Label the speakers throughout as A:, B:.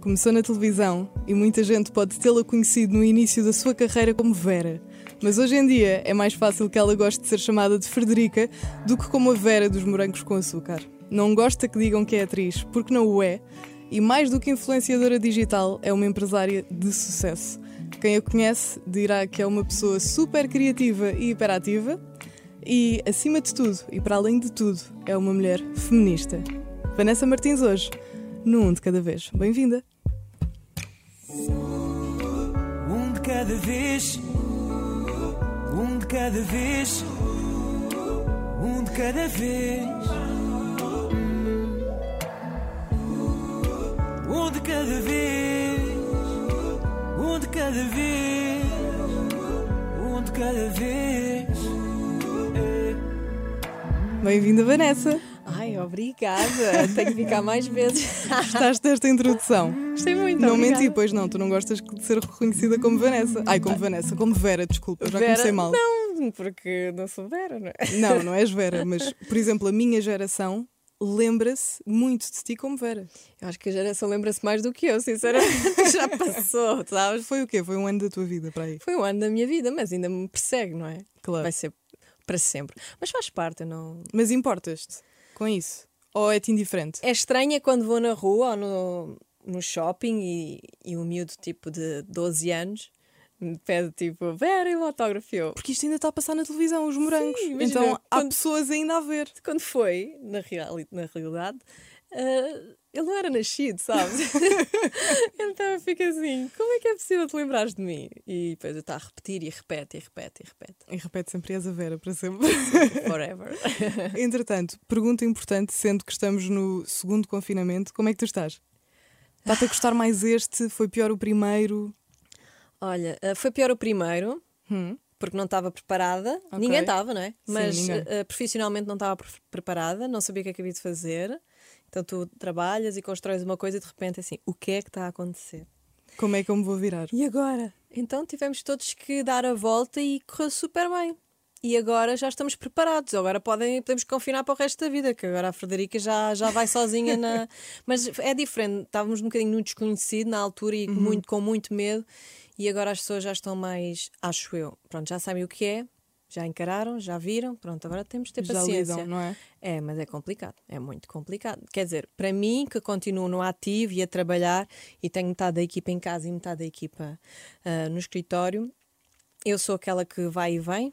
A: Começou na televisão e muita gente pode tê-la conhecido no início da sua carreira como Vera. Mas hoje em dia é mais fácil que ela goste de ser chamada de Frederica do que como a Vera dos Morangos com Açúcar. Não gosta que digam que é atriz, porque não o é, e mais do que influenciadora digital, é uma empresária de sucesso. Quem a conhece dirá que é uma pessoa super criativa e hiperativa, e, acima de tudo, e para além de tudo, é uma mulher feminista. Vanessa Martins hoje, num de cada vez. Bem-vinda!
B: Um de cada vez, um de cada vez, um de cada vez. Um de cada vez, um de cada vez, um de cada vez.
A: Bem-vinda, Vanessa!
C: Ai, obrigada. Tenho que ficar mais vezes.
A: Gostaste desta introdução?
C: Gostei muito.
A: Não
C: obrigada.
A: menti, pois não, tu não gostas de ser reconhecida como Vanessa. Ai, como Vanessa, como Vera, desculpa, eu já
C: Vera,
A: comecei mal.
C: Não, porque não souberam, não é?
A: Não, não és Vera, mas, por exemplo, a minha geração lembra-se muito de ti como Vera.
C: Eu acho que a geração lembra-se mais do que eu, sinceramente. Já passou, sabes?
A: Foi o quê? Foi um ano da tua vida para aí.
C: Foi um ano da minha vida, mas ainda me persegue, não é?
A: Claro.
C: Vai ser para sempre. Mas faz parte, eu não.
A: Mas importas-te com isso? Ou é-te indiferente?
C: É estranho é quando vou na rua ou no, no shopping e, e um miúdo tipo de 12 anos me pede tipo, Vera, e um autógrafo. E eu,
A: Porque isto ainda está a passar na televisão, os morangos.
C: imagina,
A: então há
C: quando-
A: pessoas ainda a ver.
C: quando foi, na, reali na realidade, ah, ele não era nascido, sabes? então eu fico assim: como é que é possível te lembrares de mim? E depois eu estou a repetir e repete e repete e repete.
A: E repete sempre és a Vera para sempre.
C: Forever.
A: Entretanto, pergunta importante, sendo que estamos no segundo confinamento, como é que tu estás? Está-te a gostar mais este? Foi pior o primeiro?
C: Olha, ah, foi pior o primeiro.
A: Hum.
C: Porque não estava preparada,
A: Ok.
C: ninguém estava, não é?
A: Sim,
C: Mas
A: ninguém.
C: ah, profissionalmente não estava pre- preparada, não sabia o que é que havia de fazer. Então tu trabalhas e constróis uma coisa e de repente assim, o que é que está a acontecer?
A: Como é que eu me vou virar?
C: E agora? Então tivemos todos que dar a volta e correu super bem. E agora já estamos preparados. Agora podem, podemos confinar para o resto da vida, que agora a Frederica já, já vai sozinha na. Mas é diferente. Estávamos um bocadinho no desconhecido na altura e muito, com muito medo. E agora as pessoas já estão mais, acho eu. Pronto, já sabem o que é, já encararam, já viram. Pronto, agora temos de ter
A: Já
C: paciência.
A: lidam, não é?
C: É, mas é complicado, é muito complicado. Quer dizer, para mim, que continuo no ativo e a trabalhar, e tenho metade da equipa em casa e metade da equipa ah, no escritório, eu sou aquela que vai e vem.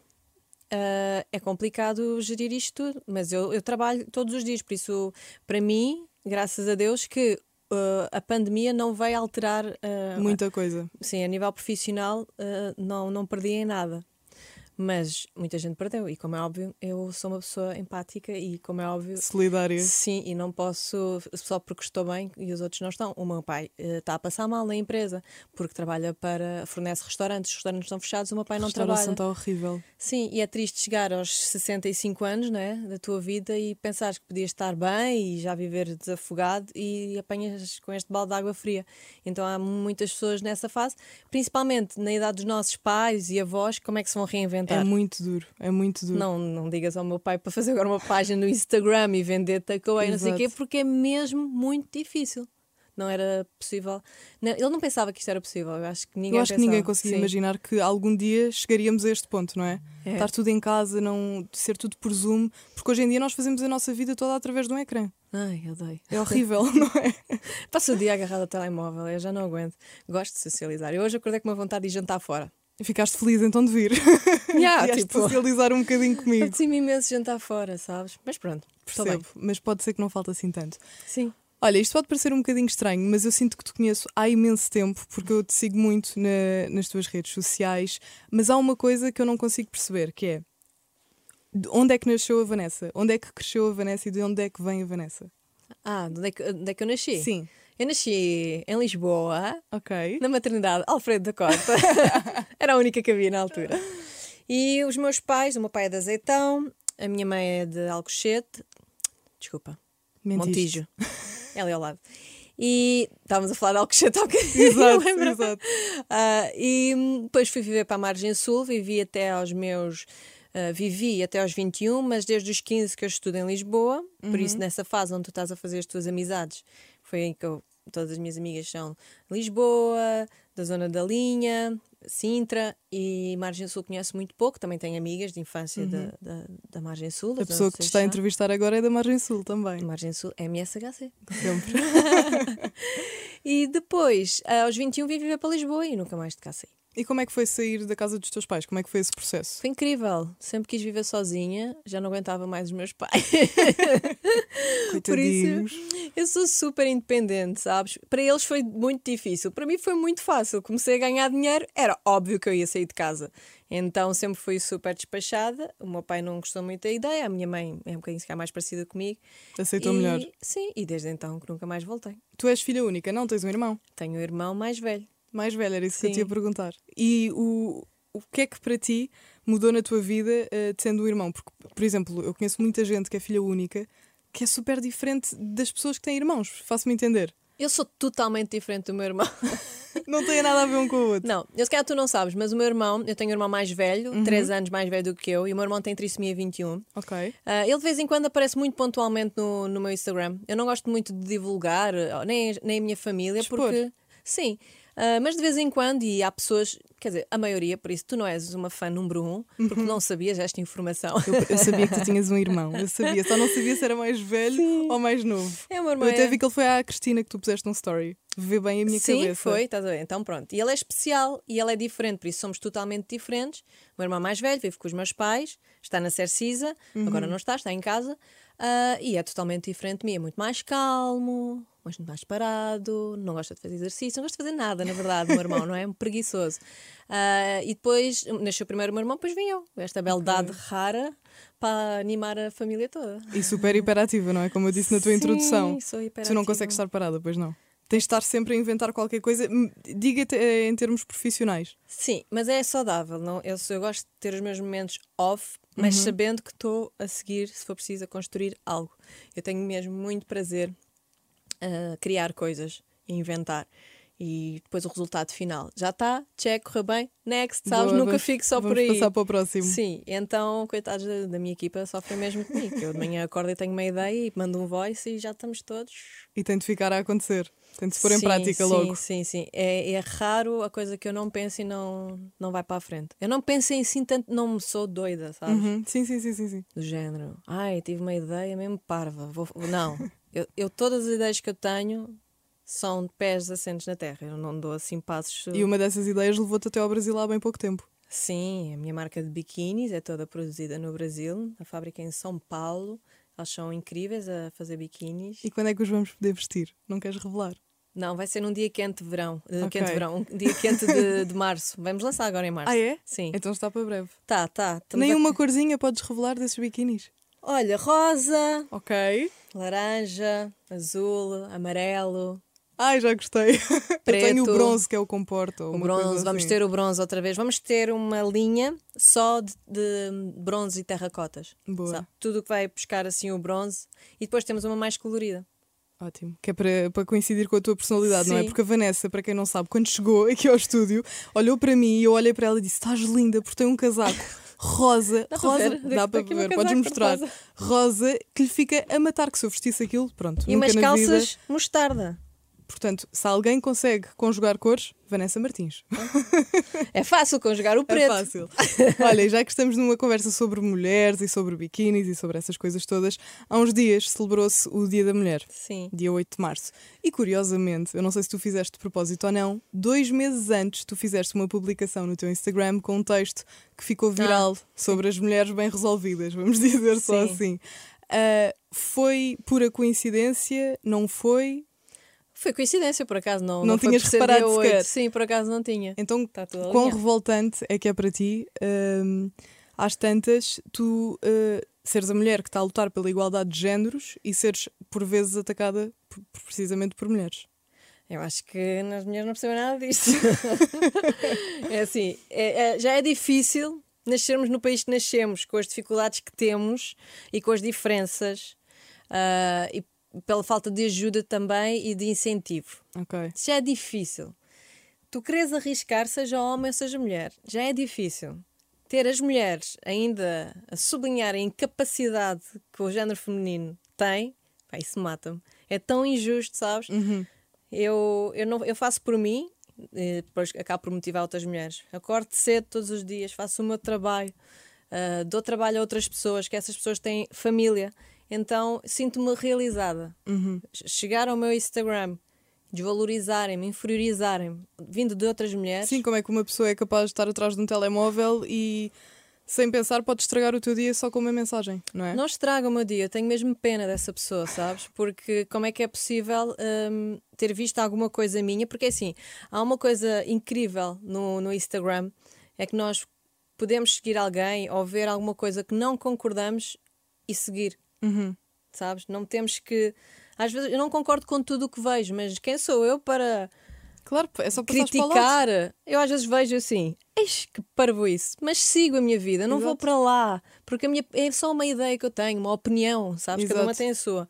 C: Ah, é complicado gerir isto tudo, mas eu, eu trabalho todos os dias, por isso, para mim, graças a Deus, que ah, a pandemia não vai alterar ah,
A: Muita coisa.
C: Sim, a nível profissional eh, não, não perdi em nada. Mas muita gente perdeu. E como é óbvio, eu sou uma pessoa empática e como é óbvio.
A: Solidária.
C: Sim, e não posso só porque estou bem e os outros não estão. O meu pai eh, está a passar mal na empresa porque trabalha para. fornece restaurantes, os restaurantes estão fechados, o meu pai não trabalha.
A: restauração está horrível.
C: Sim, e é triste chegar aos 65 anos né, da tua vida e pensares que podias estar bem e já viver desafogado e apanhas com este balde de água fria. Então há muitas pessoas nessa fase, principalmente na idade dos nossos pais e avós, como é que se vão reinventar?
A: É muito duro, é muito duro.
C: Não, não digas ao meu pai para fazer agora uma página no Instagram e vender takeaway, não sei o quê,
A: Exato.
C: porque é mesmo muito difícil. Não era possível. Não, ele não pensava que isto era possível. Eu acho que ninguém
A: eu acho que ninguém
C: pensava.
A: conseguia
C: Sim.
A: imaginar que algum dia chegaríamos a este ponto, não é?
C: É.
A: Estar tudo em casa, não ser tudo por Zoom, porque hoje em dia nós fazemos a nossa vida toda através de um ecrã.
C: Ai, odeio.
A: É horrível, não é?
C: Passo o dia agarrado ao telemóvel, eu já não aguento. Gosto de socializar. Eu hoje acordei com uma vontade de jantar fora.
A: E Ficaste feliz então de vir.
C: Yeah,
A: Vieste
C: tipo,
A: socializar um bocadinho comigo.
C: apetece-me imenso jantar fora, sabes? Mas pronto, estou Tá bem.
A: Percebo, mas pode ser que não falte assim tanto.
C: Sim.
A: Olha, isto pode parecer um bocadinho estranho, mas eu sinto que te conheço há imenso tempo, porque eu te sigo muito na- nas tuas redes sociais. Mas há uma coisa que eu não consigo perceber, que é de onde é que nasceu a Vanessa? Onde é que cresceu a Vanessa e de onde é que vem a Vanessa?
C: Ah, de onde é que, onde é que eu nasci?
A: Sim.
C: Eu nasci em Lisboa,
A: Ok.
C: na maternidade Alfredo da Costa. Era a única que havia na altura. E os meus pais, o meu pai é de Azeitão, a minha mãe é de Alcochete. Desculpa,
A: Mentiste.
C: Montijo. É ali ao lado. E estávamos a falar de Alcochete há bocadinho.
A: Exato,
C: lembra?
A: exato.
C: Ah, e hum, depois fui viver para a margem sul, vivi até aos meus ah, vivi até aos 21, mas desde os 15 que eu estudo em Lisboa, por isso
A: Uhum.
C: nessa fase onde tu estás a fazer as tuas amizades, foi aí que eu, todas as minhas amigas são Lisboa, da zona da linha, Sintra e Margem Sul conheço muito pouco, também tenho amigas de infância da, da, da Margem Sul. da
A: Uhum. A
C: zona
A: pessoa
C: do
A: que te está a
C: Seixal.
A: entrevistar agora é da Margem Sul também.
C: Margem Sul, MSHC.
A: Sempre.
C: E depois, ah, aos 21, vim viver para Lisboa e nunca mais de cá saí.
A: E como é que foi sair da casa dos teus pais? Como é que foi esse processo?
C: Foi incrível. Sempre quis viver sozinha, já não aguentava mais os meus pais. Por
A: Coitadinhos.
C: isso, eu sou super independente, sabes? Para eles foi muito difícil. Para mim foi muito fácil. Comecei a ganhar dinheiro, era óbvio que eu ia sair de casa. Então sempre fui super despachada. O meu pai não gostou muito da ideia, a minha mãe é um bocadinho se calhar mais parecida comigo.
A: Aceitou
C: E-
A: melhor.
C: Sim, e desde então que nunca mais voltei.
A: Tu és filha única, não tens um irmão.
C: Tenho um irmão mais velho.
A: Mais velho, era isso que eu te ia
C: Sim.
A: perguntar. E o, o que é que para ti mudou na tua vida eh, tendo um irmão? Porque, por exemplo, eu conheço muita gente que é filha única que é super diferente das pessoas que têm irmãos, faço-me entender.
C: Eu sou totalmente diferente do meu irmão.
A: Não tem nada a ver um com o outro.
C: Não, eu se calhar tu não sabes, mas o meu irmão, eu tenho um irmão mais velho,
A: Uhum.
C: três 3 anos mais velho do que eu, e o meu irmão tem trissomia 21.
A: Ok.
C: Ah, ele de vez em quando aparece muito pontualmente no, no meu Instagram. Eu não gosto muito de divulgar, ah, nem, nem a minha família,
A: Expor.
C: porque. Sim, ah, mas de vez em quando, e há pessoas, quer dizer, a maioria, por isso tu não és uma fã número um, porque não sabias esta informação.
A: Uhum. Eu, eu sabia que tu tinhas um irmão, eu sabia, só não sabia se era mais velho ou mais novo.
C: É o meu irmão.
A: Eu até
C: é-
A: vi que ele foi à Cristina que tu puseste um story. Vê bem a minha
C: Sim,
A: cabeça.
C: foi, estás a ver? Então pronto. E ele é especial e ele é diferente, por isso somos totalmente diferentes. O meu irmão mais velho vive com os meus pais, está na Cercisa,
A: Uhum.
C: agora não está, está em casa. ah, e é totalmente diferente de mim, é muito mais calmo, muito mais parado, não gosta de fazer exercício, não gosta de fazer nada, na verdade, o meu irmão, não é? Um preguiçoso. Ah, e depois nasceu primeiro o meu irmão, depois vim eu. Esta beldade rara para animar a família toda.
A: E super hiperativa, não é? Como eu disse na tua
C: Sim,
A: introdução. Tu
C: sou
A: não
C: hiperativa.
A: consegues estar parada, pois não? Tens de estar sempre a inventar qualquer coisa. Hum, Diga-te eh, em termos profissionais.
C: Sim, mas é saudável. Não? Eu, eu gosto de ter os meus momentos off, mas
A: Uhum.
C: sabendo que estou a seguir, se for preciso, a construir algo. Eu tenho mesmo muito prazer a criar coisas, a inventar. E depois o resultado final. Já está, check, correu bem, next, sabes?
A: Boa,
C: Nunca
A: vamos-
C: fico só por
A: vamos
C: aí.
A: passar para o próximo.
C: Sim, então, coitados da, da minha equipa, sofrem mesmo comigo. Eu de manhã acordo e tenho uma ideia e mando um voice e já estamos todos
A: E tem de ficar a acontecer. Tem de se pôr em
C: Sim,
A: prática
C: sim,
A: logo.
C: Sim, sim. É, é raro a coisa que eu não penso e não, não vai para a frente. Eu não penso em sim tanto, não me sou doida, sabes?
A: Uhum. Sim, sim, sim, sim, sim.
C: Do género. Ai, tive uma ideia mesmo parva. Vou, vou-" não. eu, eu- todas as ideias que eu tenho são de pés assentes na terra. Eu não dou assim passos.
A: E uma dessas ideias levou-te até ao Brasil há bem pouco tempo.
C: Sim, a minha marca de biquínis é toda produzida no Brasil, a fábrica é em São Paulo. Elas são incríveis a fazer biquínis.
A: E quando é que os vamos poder vestir? Não queres revelar?
C: Não, vai ser num dia quente de verão. Eh,
A: Ok.
C: Quente de verão, um dia quente de, de março. Vamos lançar agora em março.
A: Ah, é? um
C: Sim.
A: Então está para breve.
C: Tá, tá. estamos a-
A: Nenhuma corzinha podes revelar desses biquinis.
C: Olha, rosa,
A: Ok.
C: laranja, azul, amarelo,
A: Ai, já gostei. Eu tenho o
C: Preto.
A: bronze, que é o comporta.
C: o bronze.
A: assim.
C: Vamos ter o bronze outra vez. Vamos ter uma linha só de, de bronze e terracotas.
A: Boa.
C: Sabe? Tudo o que vai buscar assim o bronze. E depois temos uma mais colorida.
A: Ótimo. Que é para, para coincidir com a tua personalidade, não é?
C: Sim.
A: Porque a Vanessa, para quem não sabe, quando chegou aqui ao estúdio, olhou para mim e eu olhei para ela e disse: Estás linda porque tem um casaco rosa.
C: Dá para
A: rosa.
C: ver?
A: Dá
C: Aqui
A: para
C: o meu
A: ver,
C: casaco
A: podes mostrar.
C: rosa.
A: Rosa. que lhe fica a matar, que se eu vestisse aquilo, pronto.
C: E
A: nunca
C: umas
A: na
C: calças
A: vida.
C: mostarda.
A: Portanto, se alguém consegue conjugar cores, Vanessa Martins.
C: É fácil conjugar o preto.
A: É fácil. Olha, e já que estamos numa conversa sobre mulheres e sobre biquínis e sobre essas coisas todas, há uns dias celebrou-se o Dia da Mulher.
C: Sim.
A: dia 8 de março. E curiosamente, eu não sei se tu fizeste de propósito ou não, dois meses antes tu fizeste uma publicação no teu Instagram com um texto que
C: Ah,
A: ficou viral sobre as mulheres bem resolvidas, vamos dizer só
C: Sim.
A: assim. Ah, foi pura coincidência? Não foi?
C: Foi coincidência, por acaso não.
A: Não
C: foi
A: tinhas
C: por ser
A: reparado
C: dia oito.
A: sequer.
C: Sim, por acaso não tinha.
A: Então,
C: Tá tudo
A: quão
C: alinhado.
A: revoltante é que é para ti, hum, às tantas, tu ah, seres a mulher que está a lutar pela igualdade de géneros e seres, por vezes, atacada por- precisamente por mulheres?
C: Eu acho que nas mulheres não percebem nada disto. é assim, é- é- já é difícil nascermos no país que nascemos, com as dificuldades que temos e com as diferenças ah, e pela falta de ajuda também e de incentivo.
A: Ok.
C: Já é difícil. Tu queres arriscar, seja homem ou seja mulher, já é difícil. ter as mulheres ainda a sublinhar a incapacidade que o género feminino tem, pá, isso mata-me. É tão injusto, sabes? Eu, eu, não, eu faço por mim, eh, depois acabo por motivar outras mulheres. Acordo cedo todos os dias, faço o meu trabalho, ah, dou trabalho a outras pessoas, que essas pessoas têm família. Então sinto-me realizada. Che- Chegar ao meu Instagram, desvalorizarem-me, inferiorizarem-me, vindo de outras mulheres.
A: Sim, como é que uma pessoa é capaz de estar atrás de um telemóvel e sem pensar pode estragar o teu dia só com uma mensagem, não é?
C: Não estraga o meu dia, eu tenho mesmo pena dessa pessoa, sabes? Porque como é que é possível hum, ter visto alguma coisa minha? Porque assim, há uma coisa incrível no, no Instagram, é que nós podemos seguir alguém ou ver alguma coisa que não concordamos e seguir,
A: Uhum.
C: sabes? Não temos que. Às vezes eu não concordo com tudo o que vejo, mas quem sou eu para
A: Claro, é só passares para o lado.
C: criticar. Eu às vezes vejo assim, eis que parvo isso, mas sigo a minha vida, não vou
A: Exato.
C: para lá, porque a minha, é só uma ideia que eu tenho, uma opinião, sabes? Cada uma
A: Exato.
C: tem a sua.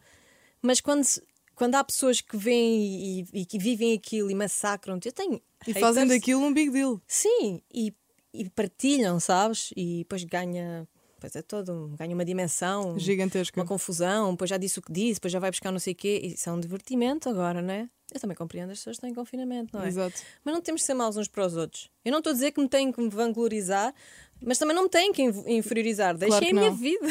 C: Mas quando, se- quando há pessoas que veem e, e- e que vivem aquilo e massacram-te, eu tenho.
A: E fazem
C: haters.
A: daquilo um big deal.
C: Sim, e, e partilham, sabes? E depois ganha. Pois é todo, um- ganha uma dimensão,
A: Gigantesco.
C: uma confusão, depois já disse o que disse, depois já vai buscar não sei o quê. Isso é um divertimento agora, não é? Eu também compreendo as pessoas que estão em confinamento, não é?
A: Exato.
C: Mas não temos de ser maus uns para os outros. Eu não estou a dizer que me têm que me vanglorizar, mas também não me têm que inv- inferiorizar. Deixem
A: que
C: a minha
A: não.
C: vida.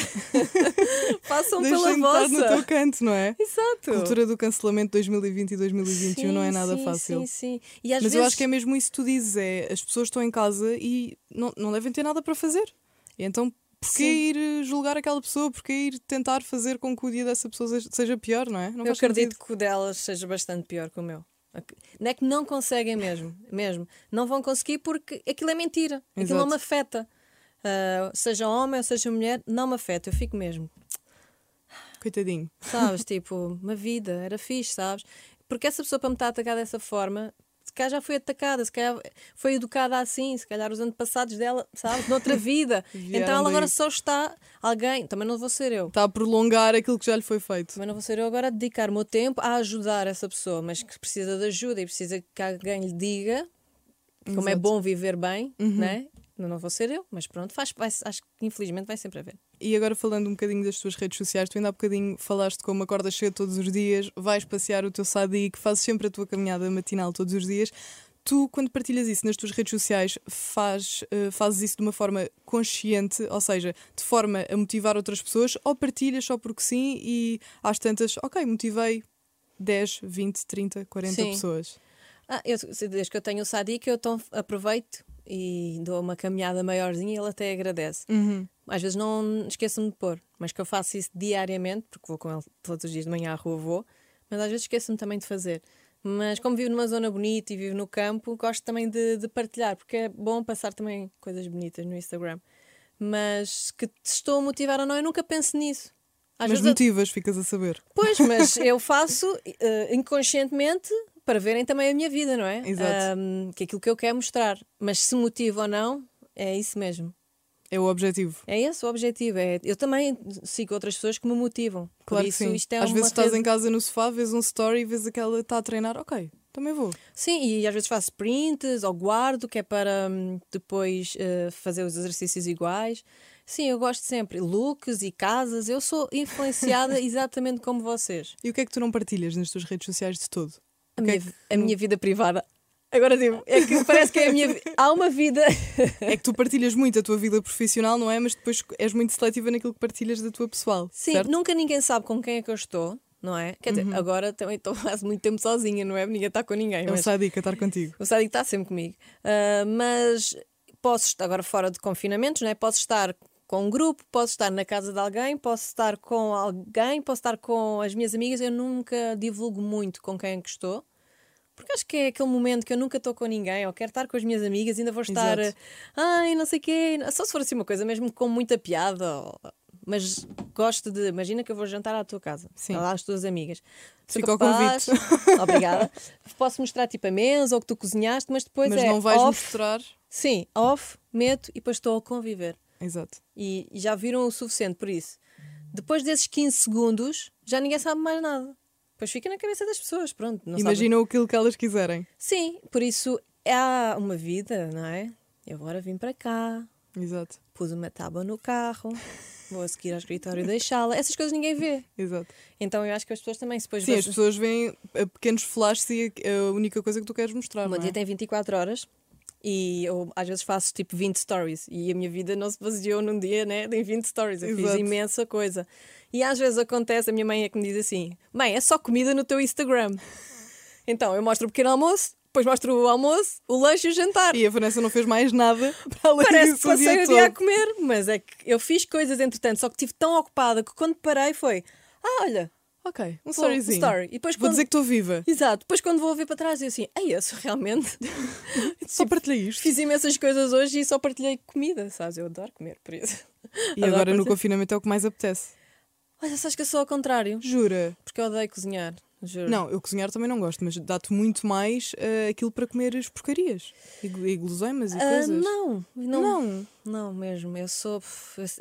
C: Façam
A: Deixa de
C: pela
A: estar no teu
C: vossa.
A: canto, não é?
C: Exato.
A: Cultura do cancelamento 2020 e 2021 não é
C: Sim,
A: nada
C: sim,
A: fácil.
C: Sim, sim. E às
A: Mas
C: vezes
A: eu acho que é mesmo isso que tu dizes: é as pessoas estão em casa e não, não devem ter nada para fazer. E então, porquê
C: Sim.
A: ir eh, julgar aquela pessoa? Porquê ir tentar fazer com que o dia dessa pessoa seja- seja pior, não é? Não
C: eu
A: faz
C: acredito
A: sentido.
C: que o delas seja bastante pior que o meu. Ac- Não é que não conseguem mesmo, mesmo. Não vão conseguir porque aquilo é mentira. Aquilo não
A: Exato.
C: me afeta. Ah, seja homem ou seja mulher, não me afeta. Eu fico mesmo.
A: Coitadinho.
C: Sabes? tipo, uma vida, era fixe, sabes? Porque essa pessoa, para me estar a atacar dessa forma, se calhar já foi atacada, se calhar foi educada assim, se calhar os antepassados dela, sabes? Noutra vida.
A: Vieram
C: então ela agora
A: daí.
C: só está alguém, também não vou ser eu.
A: Está a prolongar aquilo que já lhe foi feito.
C: Também não vou ser eu agora a dedicar o meu tempo a ajudar essa pessoa, mas que precisa de ajuda e precisa que alguém lhe diga como é
A: Exato. Uhum.
C: bom viver bem, né? Não, não vou ser eu, mas pronto, faz, vai- acho que infelizmente vai sempre haver.
A: E agora falando um bocadinho das tuas redes sociais, tu ainda há bocadinho falaste como acordas cedo todos os dias, vais passear o teu sadi, que fazes sempre a tua caminhada matinal todos os dias. Tu, quando partilhas isso nas tuas redes sociais, faz, eh, fazes isso de uma forma consciente, ou seja, de forma a motivar outras pessoas, ou partilhas só porque sim e às tantas, ok, motivei 10, 20, 30, 40
C: Sim.
A: pessoas.
C: Ah, eu, se- desde que eu tenho o Sadiq, eu então aproveito e dou uma caminhada maiorzinha e ele até agradece. Às vezes não esqueço-me de pôr, mas que eu faço isso diariamente, porque vou com ele todos os dias de manhã à rua, vou, mas às vezes esqueço-me também de fazer. Mas como vivo numa zona bonita e vivo no campo, gosto também de, de partilhar, porque é bom passar também coisas bonitas no Instagram. Mas que te estou a motivar ou não, eu nunca penso nisso. Às
A: Mas
C: vezes eu-
A: motivas, ficas a saber.
C: Pois, mas eu faço eh, inconscientemente para verem também a minha vida, não é?
A: Exato.
C: Ahm, que é aquilo que eu quero mostrar. Mas se motiva ou não, é isso mesmo.
A: É o objetivo.
C: É esse o objetivo. É, eu também sigo outras pessoas que me motivam.
A: Claro
C: Por
A: que
C: isso,
A: sim.
C: isto é
A: Às
C: uma
A: vezes estás
C: rede-
A: em casa no sofá, vês um story e vês aquela está a treinar, ok, também vou.
C: Sim, e às vezes faço prints ou guardo, que é para hum, depois eh, fazer os exercícios iguais. Sim, eu gosto sempre. Looks e casas. Eu sou influenciada exatamente como vocês.
A: E o que é que tu não partilhas nas tuas redes sociais de todo?
C: A,
A: O que é,
C: minha,
A: que,
C: a minha vida privada. Agora digo, é que parece que é a minha. vi- Há uma vida.
A: é que tu partilhas muito a tua vida profissional, não é? Mas depois és muito seletiva naquilo que partilhas da tua pessoal.
C: Sim,
A: certo?
C: nunca ninguém sabe com quem é que eu estou, não é? Quer dizer, agora também estou quase muito tempo sozinha, não é? Ninguém está com ninguém.
A: É um
C: mas-
A: sádico a estar contigo.
C: O Sádico está sempre comigo. Ah, mas posso estar agora fora de confinamentos, né? posso estar com um grupo, posso estar na casa de alguém, posso estar com alguém, posso estar com as minhas amigas. Eu nunca divulgo muito com quem é que estou. Porque acho que é aquele momento que eu nunca estou com ninguém, ou quero estar com as minhas amigas, ainda vou estar.
A: Exato.
C: Ai, não sei o quê. Só se for assim uma coisa, mesmo com muita piada. ou- Mas gosto de. Imagina que eu vou jantar à tua casa,
A: Sim.
C: lá às tuas amigas. Sou
A: Fica o
C: capaz-
A: convite.
C: Obrigada. Posso mostrar tipo a mesa ou que tu cozinhaste, mas depois
A: mas
C: é
A: não vais
C: off.
A: mostrar.
C: Sim, off, meto e depois estou a conviver.
A: Exato.
C: E, e já viram o suficiente por isso. Depois desses 15 segundos, já ninguém sabe mais nada. Depois fica na cabeça das pessoas, pronto. Não sabem.
A: Imaginam aquilo que elas quiserem.
C: Sim, por isso há uma vida, não é? Eu agora é? vim para cá,
A: Exato,
C: Pus uma tábua no carro, vou a seguir ao escritório deixá-la. Essas coisas ninguém vê.
A: exato.
C: Então eu acho que as pessoas também, se depois
A: Sim,
C: vês-
A: as pessoas veem a pequenos flashes e a a única coisa que tu queres mostrar.
C: O meu
A: não é?
C: dia tem 24 horas e eu às vezes faço tipo 20 stories e a minha vida não se baseou num dia, né? Tem 20 stories, eu
A: Exato.
C: fiz imensa coisa. E às vezes acontece, a minha mãe é que me diz assim: Mãe, é só comida no teu Instagram. Então eu mostro o pequeno almoço, depois mostro o almoço, o lanche e o jantar.
A: E a Vanessa não fez mais nada para além
C: Parece que
A: disso o dia
C: passei o
A: todo.
C: dia a comer, mas é que eu fiz coisas entretanto, só que estive tão ocupada que quando parei foi: Ah, olha,
A: Ok, um
C: vou-
A: storyzinho.
C: story. E depois
A: Vou
C: quando.
A: dizer que estou viva.
C: Exato, depois quando vou ver para trás, eu assim, é isso realmente.
A: Só partilhei isto.
C: Fiz imensas coisas hoje e só partilhei comida, sabes? Eu adoro comer, por isso.
A: E
C: Adoro
A: agora no
C: partilhar.
A: confinamento é o que mais apetece.
C: Olha, sabes que eu sou ao contrário,
A: Jura?
C: porque eu odeio cozinhar, juro.
A: Não, eu cozinhar também não gosto, mas dá-te muito mais ah, aquilo para comer as porcarias e, gl- e guloseimas e
C: Ah,
A: coisas.
C: não, não, não,
A: não.
C: mesmo. Eu sou.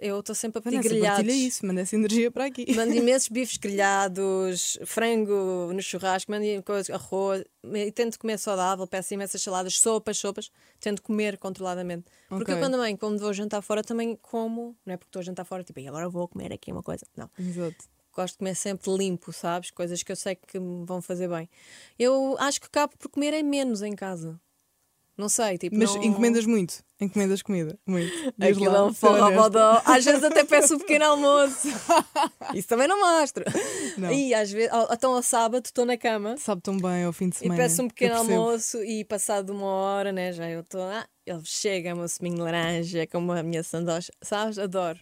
C: Eu estou sempre a pedir
A: Vanessa,
C: grelhados.
A: partilha isso, manda essa energia para aqui.
C: Mando imensos bifes grelhados, frango no churrasco, mando im- coisas, arroz. E tento comer saudável, peço imensas saladas, sopas, sopas. Tento comer controladamente. Porque
A: Ok.
C: eu também, quando vou jantar fora, também como. Não é porque estou a jantar fora, tipo, e agora vou comer aqui uma coisa. Não.
A: Exato.
C: Gosto de comer sempre limpo, sabes? Coisas que eu sei que me vão fazer bem. Eu acho que acabo por comer é menos em casa. Não sei, tipo.
A: Mas
C: não...
A: encomendas muito. Encomendas comida. Muito. Diz
C: Aquilo
A: lá, né?
C: é um
A: ser
C: forró
A: honesta.
C: bodó. Às vezes até peço um pequeno almoço. Isso também não mostro.
A: Não.
C: E às vezes, ou- então ao sábado estou na cama
A: Sabe tão bem ao fim de
C: e
A: semana.
C: peço um
A: eu
C: pequeno
A: percebo.
C: almoço e passado uma hora, né, já eu estou. Ah, ele chega, meu suminho de laranja, com a minha sandocha. Sabes? Adoro.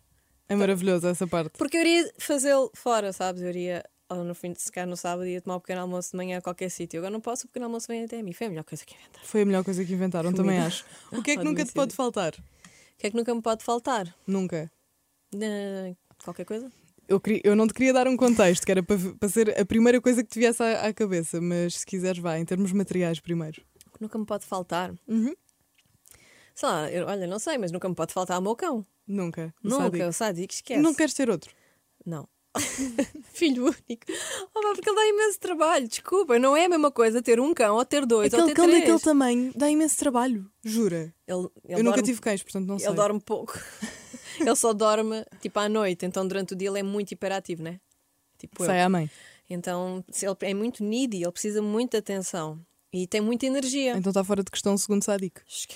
A: É maravilhoso essa parte.
C: Porque eu iria fazê-lo fora, sabes? Eu iria ou no fim de secar no sábado ia tomar um pequeno almoço de manhã a qualquer sítio. Agora não posso, o pequeno almoço vem até a mim. Foi a melhor coisa que inventaram.
A: Foi a melhor coisa que inventaram, também
C: Comida.
A: acho. O que é que
C: Ao
A: nunca te
C: domicílio.
A: pode faltar?
C: O que é que nunca me pode faltar?
A: Nunca.
C: Ah, qualquer coisa?
A: Eu, queria- eu não te queria dar um contexto, que era para, para ser a primeira coisa que te viesse à, à cabeça, mas se quiseres, vá, em termos materiais primeiro.
C: O que nunca me pode faltar?
A: Uhum.
C: Sei lá, eu- olha, não sei, mas nunca me pode faltar o meu cão.
A: Nunca. Sádico.
C: Nunca, o sádico, esquece.
A: Não queres ter outro.
C: Não. Filho único. Oh, pá, porque ele dá imenso trabalho, desculpa. Não é a mesma coisa ter um cão ou ter dois ou
A: Aquele
C: ter
A: cão
C: três.
A: daquele tamanho dá imenso trabalho. Jura.
C: Ele, ele
A: eu nunca
C: dorme-
A: tive cães, portanto não sei.
C: Ele dorme pouco. ele só dorme tipo à noite, então durante o dia ele é muito hiperativo, né? Tipo eu.
A: Sai à mãe.
C: Então se ele é muito needy, ele precisa muito de atenção e tem muita energia.
A: Então está fora de questão, segundo Sádico.
C: Esque-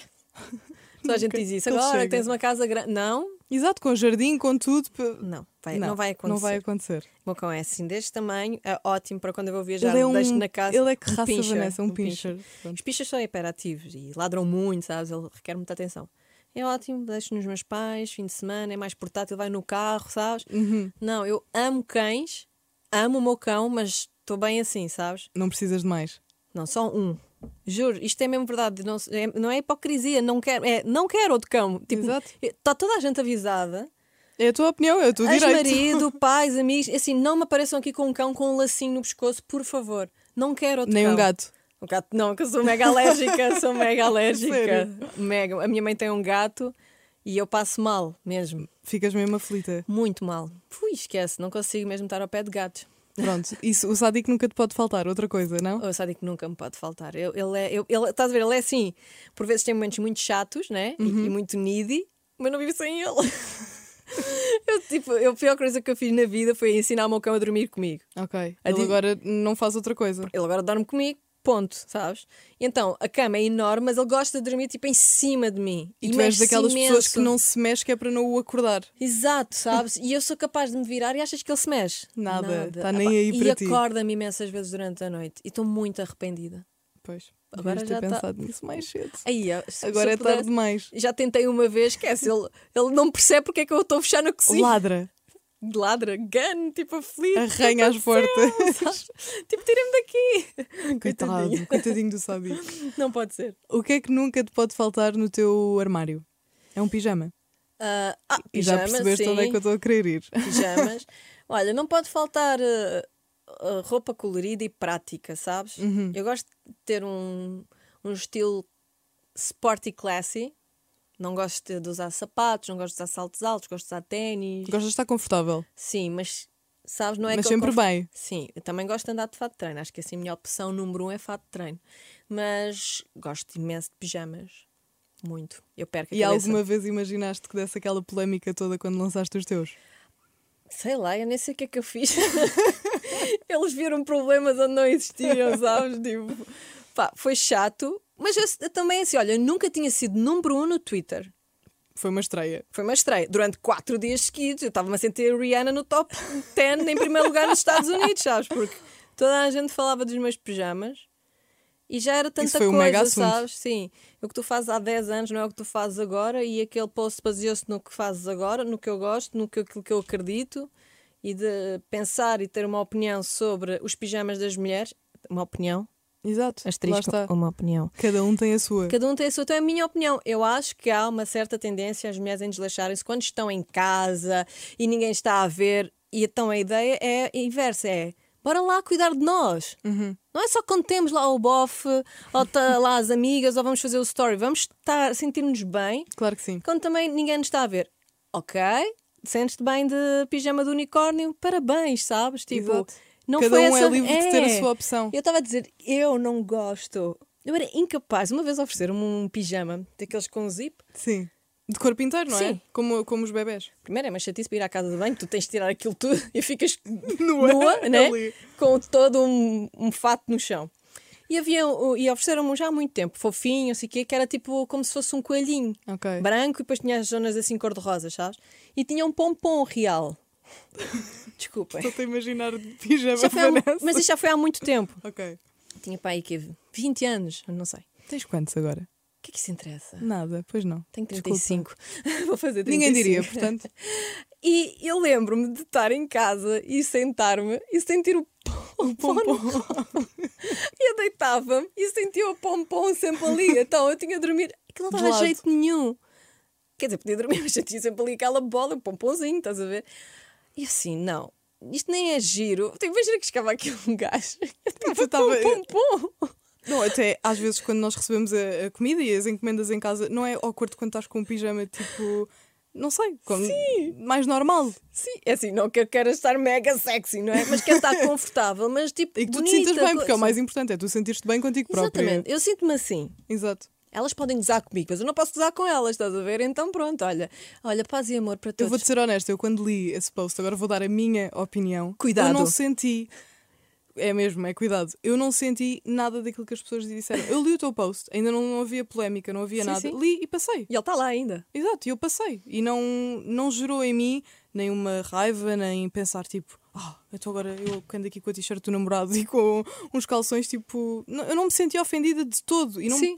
C: Só a gente
A: Nunca.
C: diz isso.
A: Ele
C: Agora que
A: chega.
C: tens uma casa grande. Não,
A: Exato, com jardim, com tudo. pe-
C: não, vai- não, vai acontecer.
A: Não vai acontecer.
C: O meu cão é assim deste tamanho, é ótimo para quando eu vou viajar,
A: ele é um.
C: deixo na casa.
A: ele é que raça,
C: pincher,
A: Vanessa, um,
C: um pincher.
A: pincher. Pronto.
C: Os pichas são hiperativos e ladram muito, sabes? Ele requer muita atenção. É ótimo, deixo nos meus pais, fim de semana, é mais portátil, vai no carro, sabes?
A: Uhum.
C: Não, eu amo cães, amo o meu cão, mas estou bem assim, sabes?
A: Não precisas de mais.
C: Não, só um. Juro, isto é mesmo verdade. Não é, não é hipocrisia, não quero, é, não quero outro cão. Tipo,
A: Exato.
C: está toda a gente avisada.
A: É a tua opinião, é o teu direito.
C: Ex-marido, pais, amigos, assim, não me apareçam aqui com um cão com um lacinho no pescoço, por favor. Não quero outro
A: Nem
C: cão.
A: um gato.
C: Um gato não, que eu sou mega alérgica, sou mega alérgica.
A: Sério?
C: Mega. A minha mãe tem um gato e eu passo mal mesmo.
A: Ficas mesmo aflita.
C: Muito mal. Fui, esquece, não consigo mesmo estar ao pé de gatos.
A: Pronto, isso, o sádico nunca te pode faltar, outra coisa, não?
C: Eu só digo que Oh, nunca me pode faltar. Eu- ele é, eu- ele, estás a ver, ele é assim. Por vezes tem momentos muito chatos, né? E-
A: Uhum.
C: E, muito needy, mas não vivo sem ele. eu, tipo, a pior coisa que eu fiz na vida foi ensinar o meu cão a dormir comigo.
A: Ok.
C: A
A: Ele
C: di-
A: agora não faz outra coisa.
C: ele agora dorme comigo, ponto, sabes? E então a cama é enorme, mas ele gosta de dormir tipo em cima de mim.
A: E tu és
C: mexe-se
A: daquelas
C: imenso.
A: pessoas que não se mexe que é para não o acordar.
C: Exato, sabes? E eu sou capaz de me virar e achas que ele se mexe?
A: Nada, tá nem aí para
C: e
A: ti.
C: E acorda-me imensas vezes durante a noite e estou muito arrependida.
A: Pois.
C: Agora
A: Agora ter
C: já tá-
A: pensado nisso mais cedo.
C: Aí, eu- se-
A: Agora
C: se
A: é
C: eu pudesse-
A: tarde demais.
C: Já tentei uma vez, esquece, ele, ele não percebe porque é que eu estou a fechar na cozinha.
A: Ladra.
C: Ladra, gun, tipo aflito. assim,
A: Arranha as portas.
C: sabes? tipo, tira-me daqui.
A: Coitado, coitadinho do sádico.
C: Não pode ser.
A: O que é que nunca te pode faltar no teu armário? É um pijama.
C: Ah, ah,
A: E já
C: pijama,
A: percebeste onde é
C: sim.
A: que eu estou a querer ir.
C: pijamas. Olha, não pode faltar eh, eh, roupa colorida e prática, sabes?
A: Uhum.
C: Eu gosto de ter um, um estilo sporty classy. Não gosto de usar sapatos, não gosto de usar saltos altos, gosto de usar ténis.
A: Gostas de estar confortável,
C: Sim, mas sabes, não é
A: mas
C: que eu
A: sempre
C: conf-
A: bem.
C: Sim, eu também gosto de andar de fato de treino. Acho que assim a minha opção número um é fato de treino. Mas gosto imenso de pijamas. Muito. Eu perco a
A: E
C: cabeça.
A: alguma vez imaginaste que desse aquela polémica toda quando lançaste os teus?
C: Sei lá, eu nem sei o que é que eu fiz. Eles viram problemas onde não existiam, sabes? Tipo, pá, foi chato. Mas eu, eu também, assim, olha, eu nunca tinha sido número um no Twitter.
A: Foi uma estreia.
C: Foi uma estreia. Durante quatro dias seguidos, eu estava-me a sentir a Rihanna no top 10, em primeiro lugar nos Estados Unidos, sabes? Porque toda a gente falava dos meus pijamas e já era tanta
A: Isso foi um
C: coisa,
A: mega assunto.
C: sabes? Sim. O que tu fazes há 10 anos não é o que tu fazes agora e aquele post baseou-se no que fazes agora, no que eu gosto, no que, aquilo que eu acredito e de pensar e ter uma opinião sobre os pijamas das mulheres. Uma opinião.
A: Exato.
C: Asterisco,
A: Lá está.
C: uma opinião.
A: Cada um tem a sua.
C: Cada um tem a sua. Então é a minha opinião. Eu acho que há uma certa tendência às mulheres em desleixarem-se quando estão em casa e ninguém está a ver. E então a ideia é inversa: é bora lá cuidar de nós. Não é só quando temos lá o bofe, ou tá lá as amigas, ou vamos fazer o story. Vamos estar, sentir-nos bem
A: Claro que sim.
C: quando também ninguém nos está a ver. Ok, sentes-te bem de pijama de unicórnio, parabéns, sabes? Tipo,
A: Exato.
C: não
A: Cada
C: foi
A: um
C: essa...
A: é livre de ter a sua opção.
C: Eu estava a dizer, eu não gosto. Eu era incapaz. Uma vez ofereceram-me um pijama daqueles com zip.
A: Sim. De corpo inteiro, não é?
C: Sim.
A: Como, como os bebés.
C: Primeiro é uma chatice para ir à casa de banho, tu tens de tirar aquilo tudo e ficas
A: Nua,
C: nua, né?
A: ali.
C: com todo um, um fato no chão. E, havia o- e ofereceram-me um já há muito tempo, fofinho, não sei o quê, que era tipo como se fosse um coelhinho
A: Ok.
C: branco e depois tinha as zonas assim cor-de-rosa, sabes? E tinha um pompom real. Desculpem.
A: Estou a imaginar de pijama.
C: Já foi há mu-
A: Vanessa.
C: mas isto já foi há muito tempo.
A: Ok.
C: Tinha para aí que 20 anos, eu não sei. O
A: Tens quantos agora?
C: que é que isso interessa?
A: Nada, pois não.
C: Tenho
A: Desculpa.
C: 35. Vou fazer 35.
A: Ninguém diria, portanto.
C: E eu lembro-me de estar em casa e sentar-me e sentir o pompom. no colo. E eu deitava-me e sentia o pompom sempre ali. Então eu tinha a dormir. Aquilo
A: De
C: não dava
A: lado.
C: jeito nenhum. Quer dizer, podia dormir, mas eu tinha sempre ali aquela bola, o pomponzinho, estás a ver? E eu assim, não. Isto nem é giro. Tipo, Imagina que chegava aqui um gajo.
A: Tu
C: Eu estava
A: tava-
C: com um pompom.
A: Não, até às vezes quando nós recebemos a, a comida e as encomendas em casa, não é awkward quando estás com um pijama tipo. Não sei, como mais normal.
C: Sim, é assim, não que eu quero estar mega sexy, não é? Mas quero estar confortável, mas tipo.
A: E que tu te
C: bonita,
A: sintas bem,
C: co-
A: porque é o mais importante, é tu sentir-te bem contigo própria.
C: Exatamente, eu sinto-me assim.
A: Exato.
C: Elas podem gozar comigo, mas eu não posso gozar com elas, estás a ver? Então pronto, olha, olha, paz e amor para
A: Eu
C: todos.
A: vou-te ser honesta, eu quando li esse post, agora vou dar a minha opinião.
C: Cuidado.
A: Eu não senti. É mesmo, é cuidado. Eu não senti nada daquilo que as pessoas disseram. Eu li o teu post, ainda não, não havia polémica, não havia
C: Sim,
A: nada.
C: sim.
A: Li e passei.
C: E ele está lá ainda.
A: Exato, e eu passei. E não, não gerou em mim nenhuma raiva, nem pensar tipo, ah, eu estou agora, eu que ando aqui com a t-shirt do namorado e com uns calções, tipo. não- eu não me senti ofendida de todo. E não
C: Sim.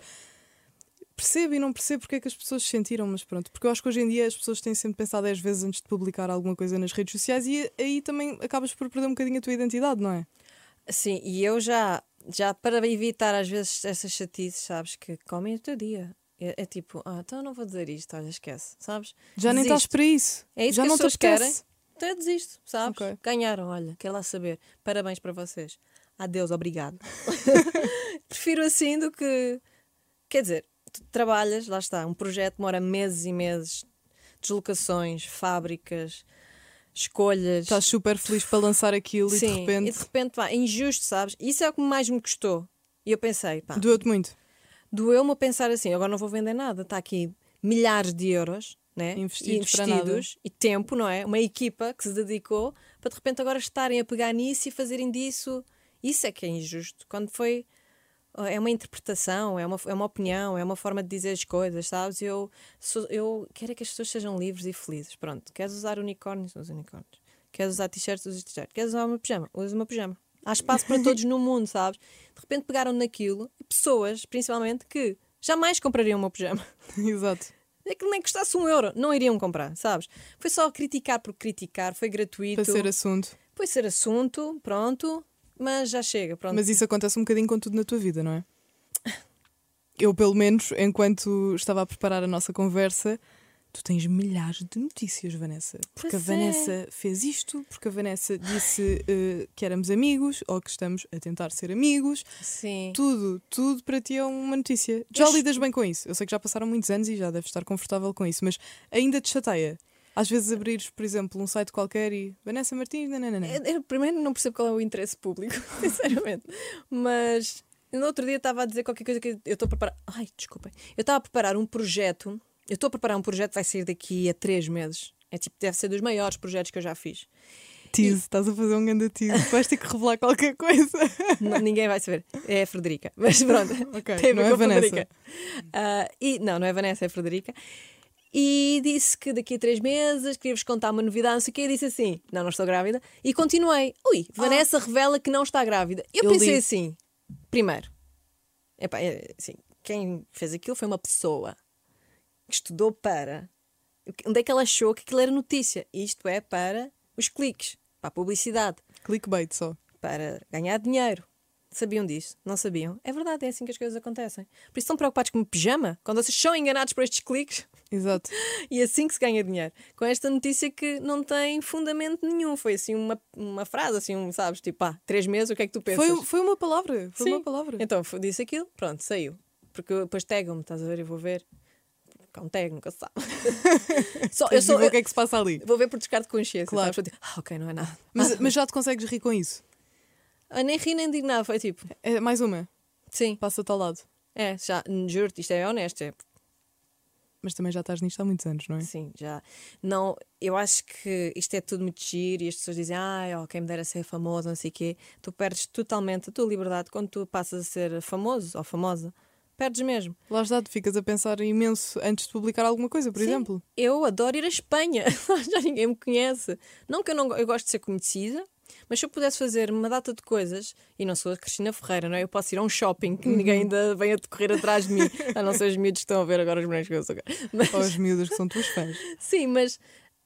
A: percebo e não percebo porque é que as pessoas se sentiram, mas pronto. Porque eu acho que hoje em dia as pessoas têm sempre pensado 10 vezes antes de publicar alguma coisa nas redes sociais e aí também acabas por perder um bocadinho a tua identidade, não é?
C: Sim, e eu já, já para evitar às vezes essas chatices, sabes, que comem o teu dia. É, é tipo, ah, então eu não vou dizer isto, olha, esquece, sabes?
A: Já nem estás
C: Desisto.
A: para isso.
C: É isso
A: Já
C: que
A: não
C: as
A: te
C: pessoas querem.
A: apetece.
C: Então eu desisto, sabes?
A: Ok.
C: Ganharam, olha, quero lá saber. Parabéns para vocês. Adeus, obrigado. Prefiro assim do que. Quer dizer, tu trabalhas, lá está, um projeto demora meses e meses. Deslocações, fábricas, escolhas.
A: Estás super feliz para lançar aquilo e de
C: Sim,
A: repente.
C: E de repente, pá, é injusto, sabes? Isso é o que mais me custou. E eu pensei, pá,
A: Doeu-te muito.
C: doeu-me a pensar assim, agora não vou vender nada, está aqui milhares de euros, né?
A: Investidos para
C: Investidos e tempo, não é? Uma equipa que se dedicou para de repente agora estarem a pegar nisso e fazerem disso. Isso é que é injusto. Quando foi é uma interpretação, é uma, é uma opinião, é uma forma de dizer as coisas, sabes? Eu, sou- eu quero é que as pessoas sejam livres e felizes. Pronto, queres usar unicórnios? Usa unicórnios. Queres usar t-shirts? Usa t-shirt. Queres usar uma pijama? Usa uma pijama. Há espaço para todos no mundo, sabes? De repente pegaram naquilo pessoas, principalmente, que jamais comprariam uma pijama.
A: Exato.
C: Aquilo nem custasse um euro, não iriam comprar, sabes? Foi só criticar por criticar, foi gratuito.
A: Para ser assunto.
C: Foi ser assunto, pronto, mas já chega, pronto.
A: Mas isso acontece um bocadinho com tudo na tua vida, não é? Eu, pelo menos, enquanto estava a preparar a nossa conversa, tu tens milhares de notícias, Vanessa. Porque
C: Pois
A: a
C: é.
A: Vanessa fez isto, porque a Vanessa disse eh, que éramos amigos ou que estamos a tentar ser amigos.
C: Sim.
A: Tudo, tudo para ti é uma notícia. Já
C: Eu est-
A: lidas bem com isso. Eu sei que já passaram muitos anos e já deves estar confortável com isso, mas ainda te chateia. Às vezes
C: Eh,
A: abrires, por exemplo, um site qualquer e Vanessa Martins, nananana.
C: Eu, eu primeiro não percebo qual é o interesse público, sinceramente. Mas No outro dia estava a dizer qualquer coisa que eu estou a preparar. Ai, desculpem. Eu estava a preparar um projeto. Eu estou a preparar um projeto que vai sair daqui a três meses. É tipo, deve ser dos maiores projetos que eu já fiz.
A: Tease, estás a fazer um grande tease. Vais ter que revelar qualquer coisa.
C: Não, ninguém vai saber. É a Frederica. Mas pronto,
A: Ok,
C: tem a ver
A: não é
C: com a
A: Vanessa.
C: Frederica. Ah, e, não, não é Vanessa, é a Frederica. E disse que daqui a três meses queria-vos contar uma novidade, não sei o quê. E disse assim: Não, não estou grávida. E continuei. Ui, Vanessa revela que não está grávida. Eu,
A: Ah. Eu
C: pensei
A: li.
C: assim: primeiro, epá, é, assim, quem fez aquilo foi uma pessoa que estudou para. Onde é que ela achou que aquilo era notícia? Isto é para os cliques, para a publicidade
A: Clickbait só.
C: para ganhar dinheiro. Sabiam disso? Não sabiam? É verdade, é assim que as coisas acontecem. Por isso estão preocupados com o pijama? Quando vocês são enganados por estes cliques
A: Exato.
C: e é assim que se ganha dinheiro. Com esta notícia que não tem fundamento nenhum. Foi assim uma, uma frase, assim, um, sabes, tipo, ah, três meses, o que é que tu pensas?
A: Foi, um foi uma palavra. Foi uma palavra.
C: Então foi- disse aquilo, pronto, saiu. Porque depois tagam-me, estás a ver? Eu vou ver. Porque há um tag, nunca se sabe. Só, eu
A: Tens de
C: sou,
A: ver o que é que se passa ali.
C: Vou ver por descarte de consciência.
A: Claro.
C: Claro. Sabes? Eu digo, Ah, ok, não é nada.
A: Mas, mas já te consegues rir com isso? Ah,
C: Eu nem ri nem digo nada, foi tipo,
A: É, mais uma.
C: sim.
A: Passa-te ao lado.
C: É, já, juro-te, isto é honesto. é-
A: Mas também já estás nisto há muitos anos, não é?
C: sim, já. Não, eu acho que isto é tudo muito giro e as pessoas dizem, ah, oh, quem me dera ser famoso, não sei o quê. Tu perdes totalmente a tua liberdade quando tu passas a ser famoso ou famosa. Perdes mesmo.
A: Lá está, tu ficas a pensar imenso antes de publicar alguma coisa, por
C: Sim,
A: exemplo.
C: Eu adoro ir à Espanha. já ninguém me conhece. Não que eu não go- eu gosto de ser conhecida. Mas se eu pudesse fazer uma data de coisas, e não sou a Cristina Ferreira, não é? Eu posso ir a um shopping que ninguém
A: Uhum.
C: ainda venha correr atrás de mim, a não ser os miúdos que estão a ver agora os morangos que eu sou. Mas...
A: Ou as miúdas que são tuas fãs.
C: Sim, mas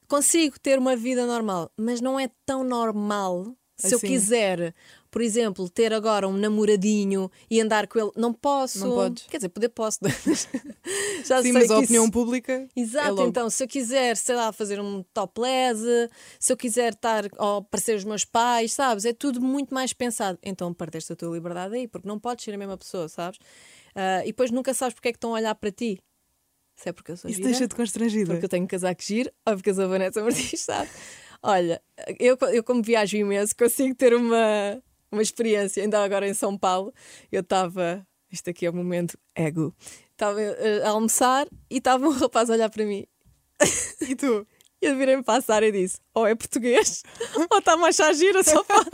C: consigo ter uma vida normal, mas não é tão normal se eu
A: Assim.
C: quiser, por exemplo, ter agora um namoradinho e andar com ele. Não posso.
A: Não podes.
C: Quer dizer, poder posso. Já
A: Sim,
C: sei
A: mas
C: que
A: a
C: isso-
A: opinião pública. é
C: Exato,
A: logo.
C: então, se eu quiser, sei lá, fazer um topless, se eu quiser estar ou parecer os meus pais, sabes? É tudo muito mais pensado. Então perdeste a tua liberdade aí, porque não podes ser a mesma pessoa, sabes? Ah, e depois nunca sabes porque é que estão a olhar para ti. Se é porque eu sou
A: Isso
C: gira.
A: deixa-te constrangida.
C: Porque eu tenho um casaco giro, ou porque eu sou a Vanessa Martins, sabe? Olha, eu, eu como viajo imenso, consigo ter uma, uma experiência. Ainda agora em São Paulo, eu estava. Isto aqui é o momento ego. Estava eh, a almoçar e estava um rapaz a olhar para mim.
A: E tu?
C: E eu virei-me para a Sara e disse: ou é português, ou está-me a achar giro, só para.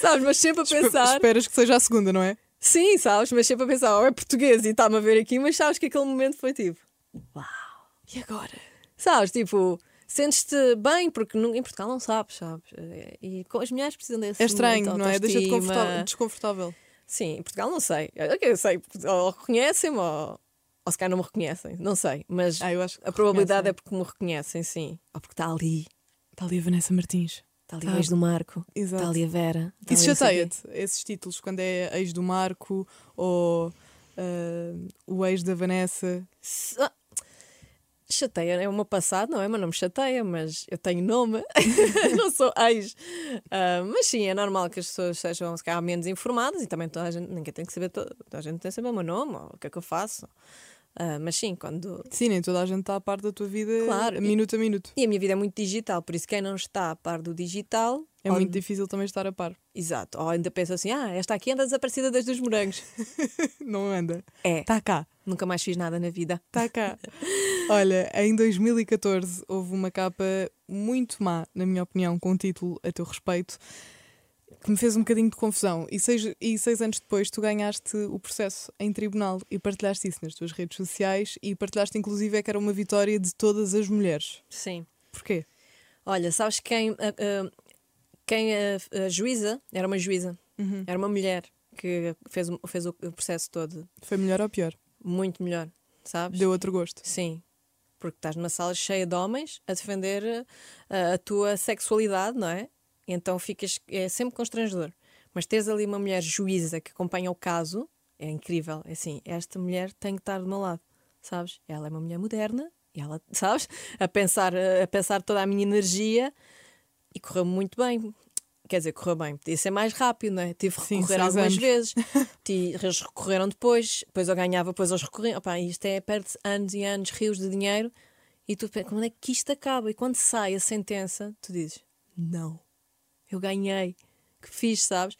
C: Sabes? Mas sempre a pensar.
A: Esperas que seja a segunda, não é?
C: Sim, sabes? Mas sempre a pensar: ou é português e está-me a ver aqui, mas sabes que aquele momento foi tipo.
A: E agora?
C: Sabes, tipo, sentes-te bem, porque nu- em Portugal não sabes, sabes? E com- as mulheres precisam desse
A: É estranho,
C: momento de
A: não é? Deixa-te
C: autoestima.
A: confortável- desconfortável.
C: Sim, em Portugal não sei. Eu, eu sei, ou reconhecem-me ou, ou se calhar não me reconhecem, não sei. Mas
A: Ah, eu acho que
C: a probabilidade
A: reconhecem.
C: é porque me reconhecem, sim. Ou porque está ali,
A: Está Tá ali a Vanessa Martins.
C: está ali
A: Tá.
C: o ex do Marco,
A: Exato.
C: está ali a Vera. tá
A: Isso
C: ali não sei quê.
A: chateia-te, esses títulos, quando é ex do Marco ou ah, o ex da Vanessa.
C: Se- ah, Chateia, é o meu passado, não é? Mas não me chateia, mas eu tenho nome, não sou ex. Ah, mas sim, é normal que as pessoas sejam se calhar, menos informadas e também toda a gente, ninguém tem que saber, toda, toda a gente tem que saber o meu nome ou o que é que eu faço. Ah, mas sim, quando.
A: Sim, nem toda a gente está a par da tua vida
C: Claro, e-
A: minuto a minuto.
C: E a minha vida é muito digital, por isso quem não está a par do digital.
A: É
C: ou-
A: muito difícil também estar a par.
C: Exato, ou ainda pensa assim: ah, esta aqui anda desaparecida desde os morangos.
A: Não anda.
C: É,
A: Está cá.
C: nunca mais fiz nada na vida.
A: Está Tá cá. Olha, em 2014 houve uma capa muito má, na minha opinião, com um título a teu respeito, que me fez um bocadinho de confusão. E seis, e seis anos depois tu ganhaste o processo em tribunal e partilhaste isso nas tuas redes sociais e partilhaste inclusive é que era uma vitória de todas as mulheres.
C: Sim.
A: Porquê?
C: Olha, sabes quem, ah, ah, quem ah, a juíza era uma juíza, era uma mulher que fez, o- fez o processo todo
A: Foi melhor ou pior?
C: muito melhor, sabes?
A: Deu outro gosto.
C: Sim, porque estás numa sala cheia de homens a defender ah, a tua sexualidade, não é? Então ficas, é sempre constrangedor. Mas teres ali uma mulher juíza que acompanha o caso é incrível. É assim, esta mulher tem que estar do meu lado, sabes? Ela é uma mulher moderna e ela, sabes? A pensar, a pensar toda a minha energia e correu muito bem. Quer dizer, correu bem, podia ser mais rápido, não é? Tive que
A: Sim,
C: recorrer
A: seis
C: algumas
A: anos.
C: vezes. Ti- Eles recorreram depois, depois eu ganhava, depois eles recorriam. Opa, isto é, perde-se anos e anos, rios de dinheiro. E tu pensas, quando é que isto acaba? E quando sai a sentença, tu dizes, não, eu ganhei, que fiz, sabes?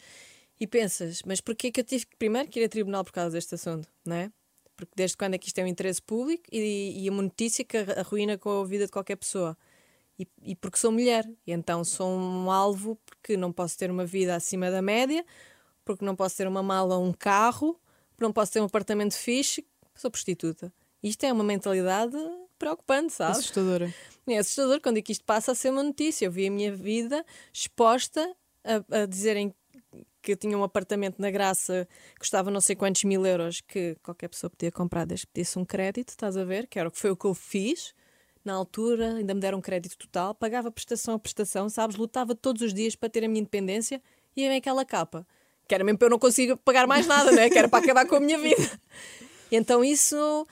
C: E pensas, mas porquê que eu tive que primeiro que ir a tribunal por causa deste assunto, não é? Porque desde quando é que isto é um interesse público e, e uma notícia que arruína com a vida de qualquer pessoa. E, e porque sou mulher, e então sou um alvo porque não posso ter uma vida acima da média, porque não posso ter uma mala ou um carro, porque não posso ter um apartamento fixe, sou prostituta. Isto é uma mentalidade preocupante, sabes?
A: Assustadora.
C: É assustador quando é que isto passa a ser uma notícia. Eu vi a minha vida exposta a, a dizerem que eu tinha um apartamento na Graça que custava não sei quantos mil euros, que qualquer pessoa podia comprar desde que pedisse um crédito, estás a ver? Que era, o que foi o que eu fiz. Na altura, ainda me deram um crédito total, pagava prestação a prestação, sabes? Lutava todos os dias para ter a minha independência e aí vem aquela capa. Que era mesmo para eu não consigo pagar mais nada, né? que era para acabar com a minha vida. E então isso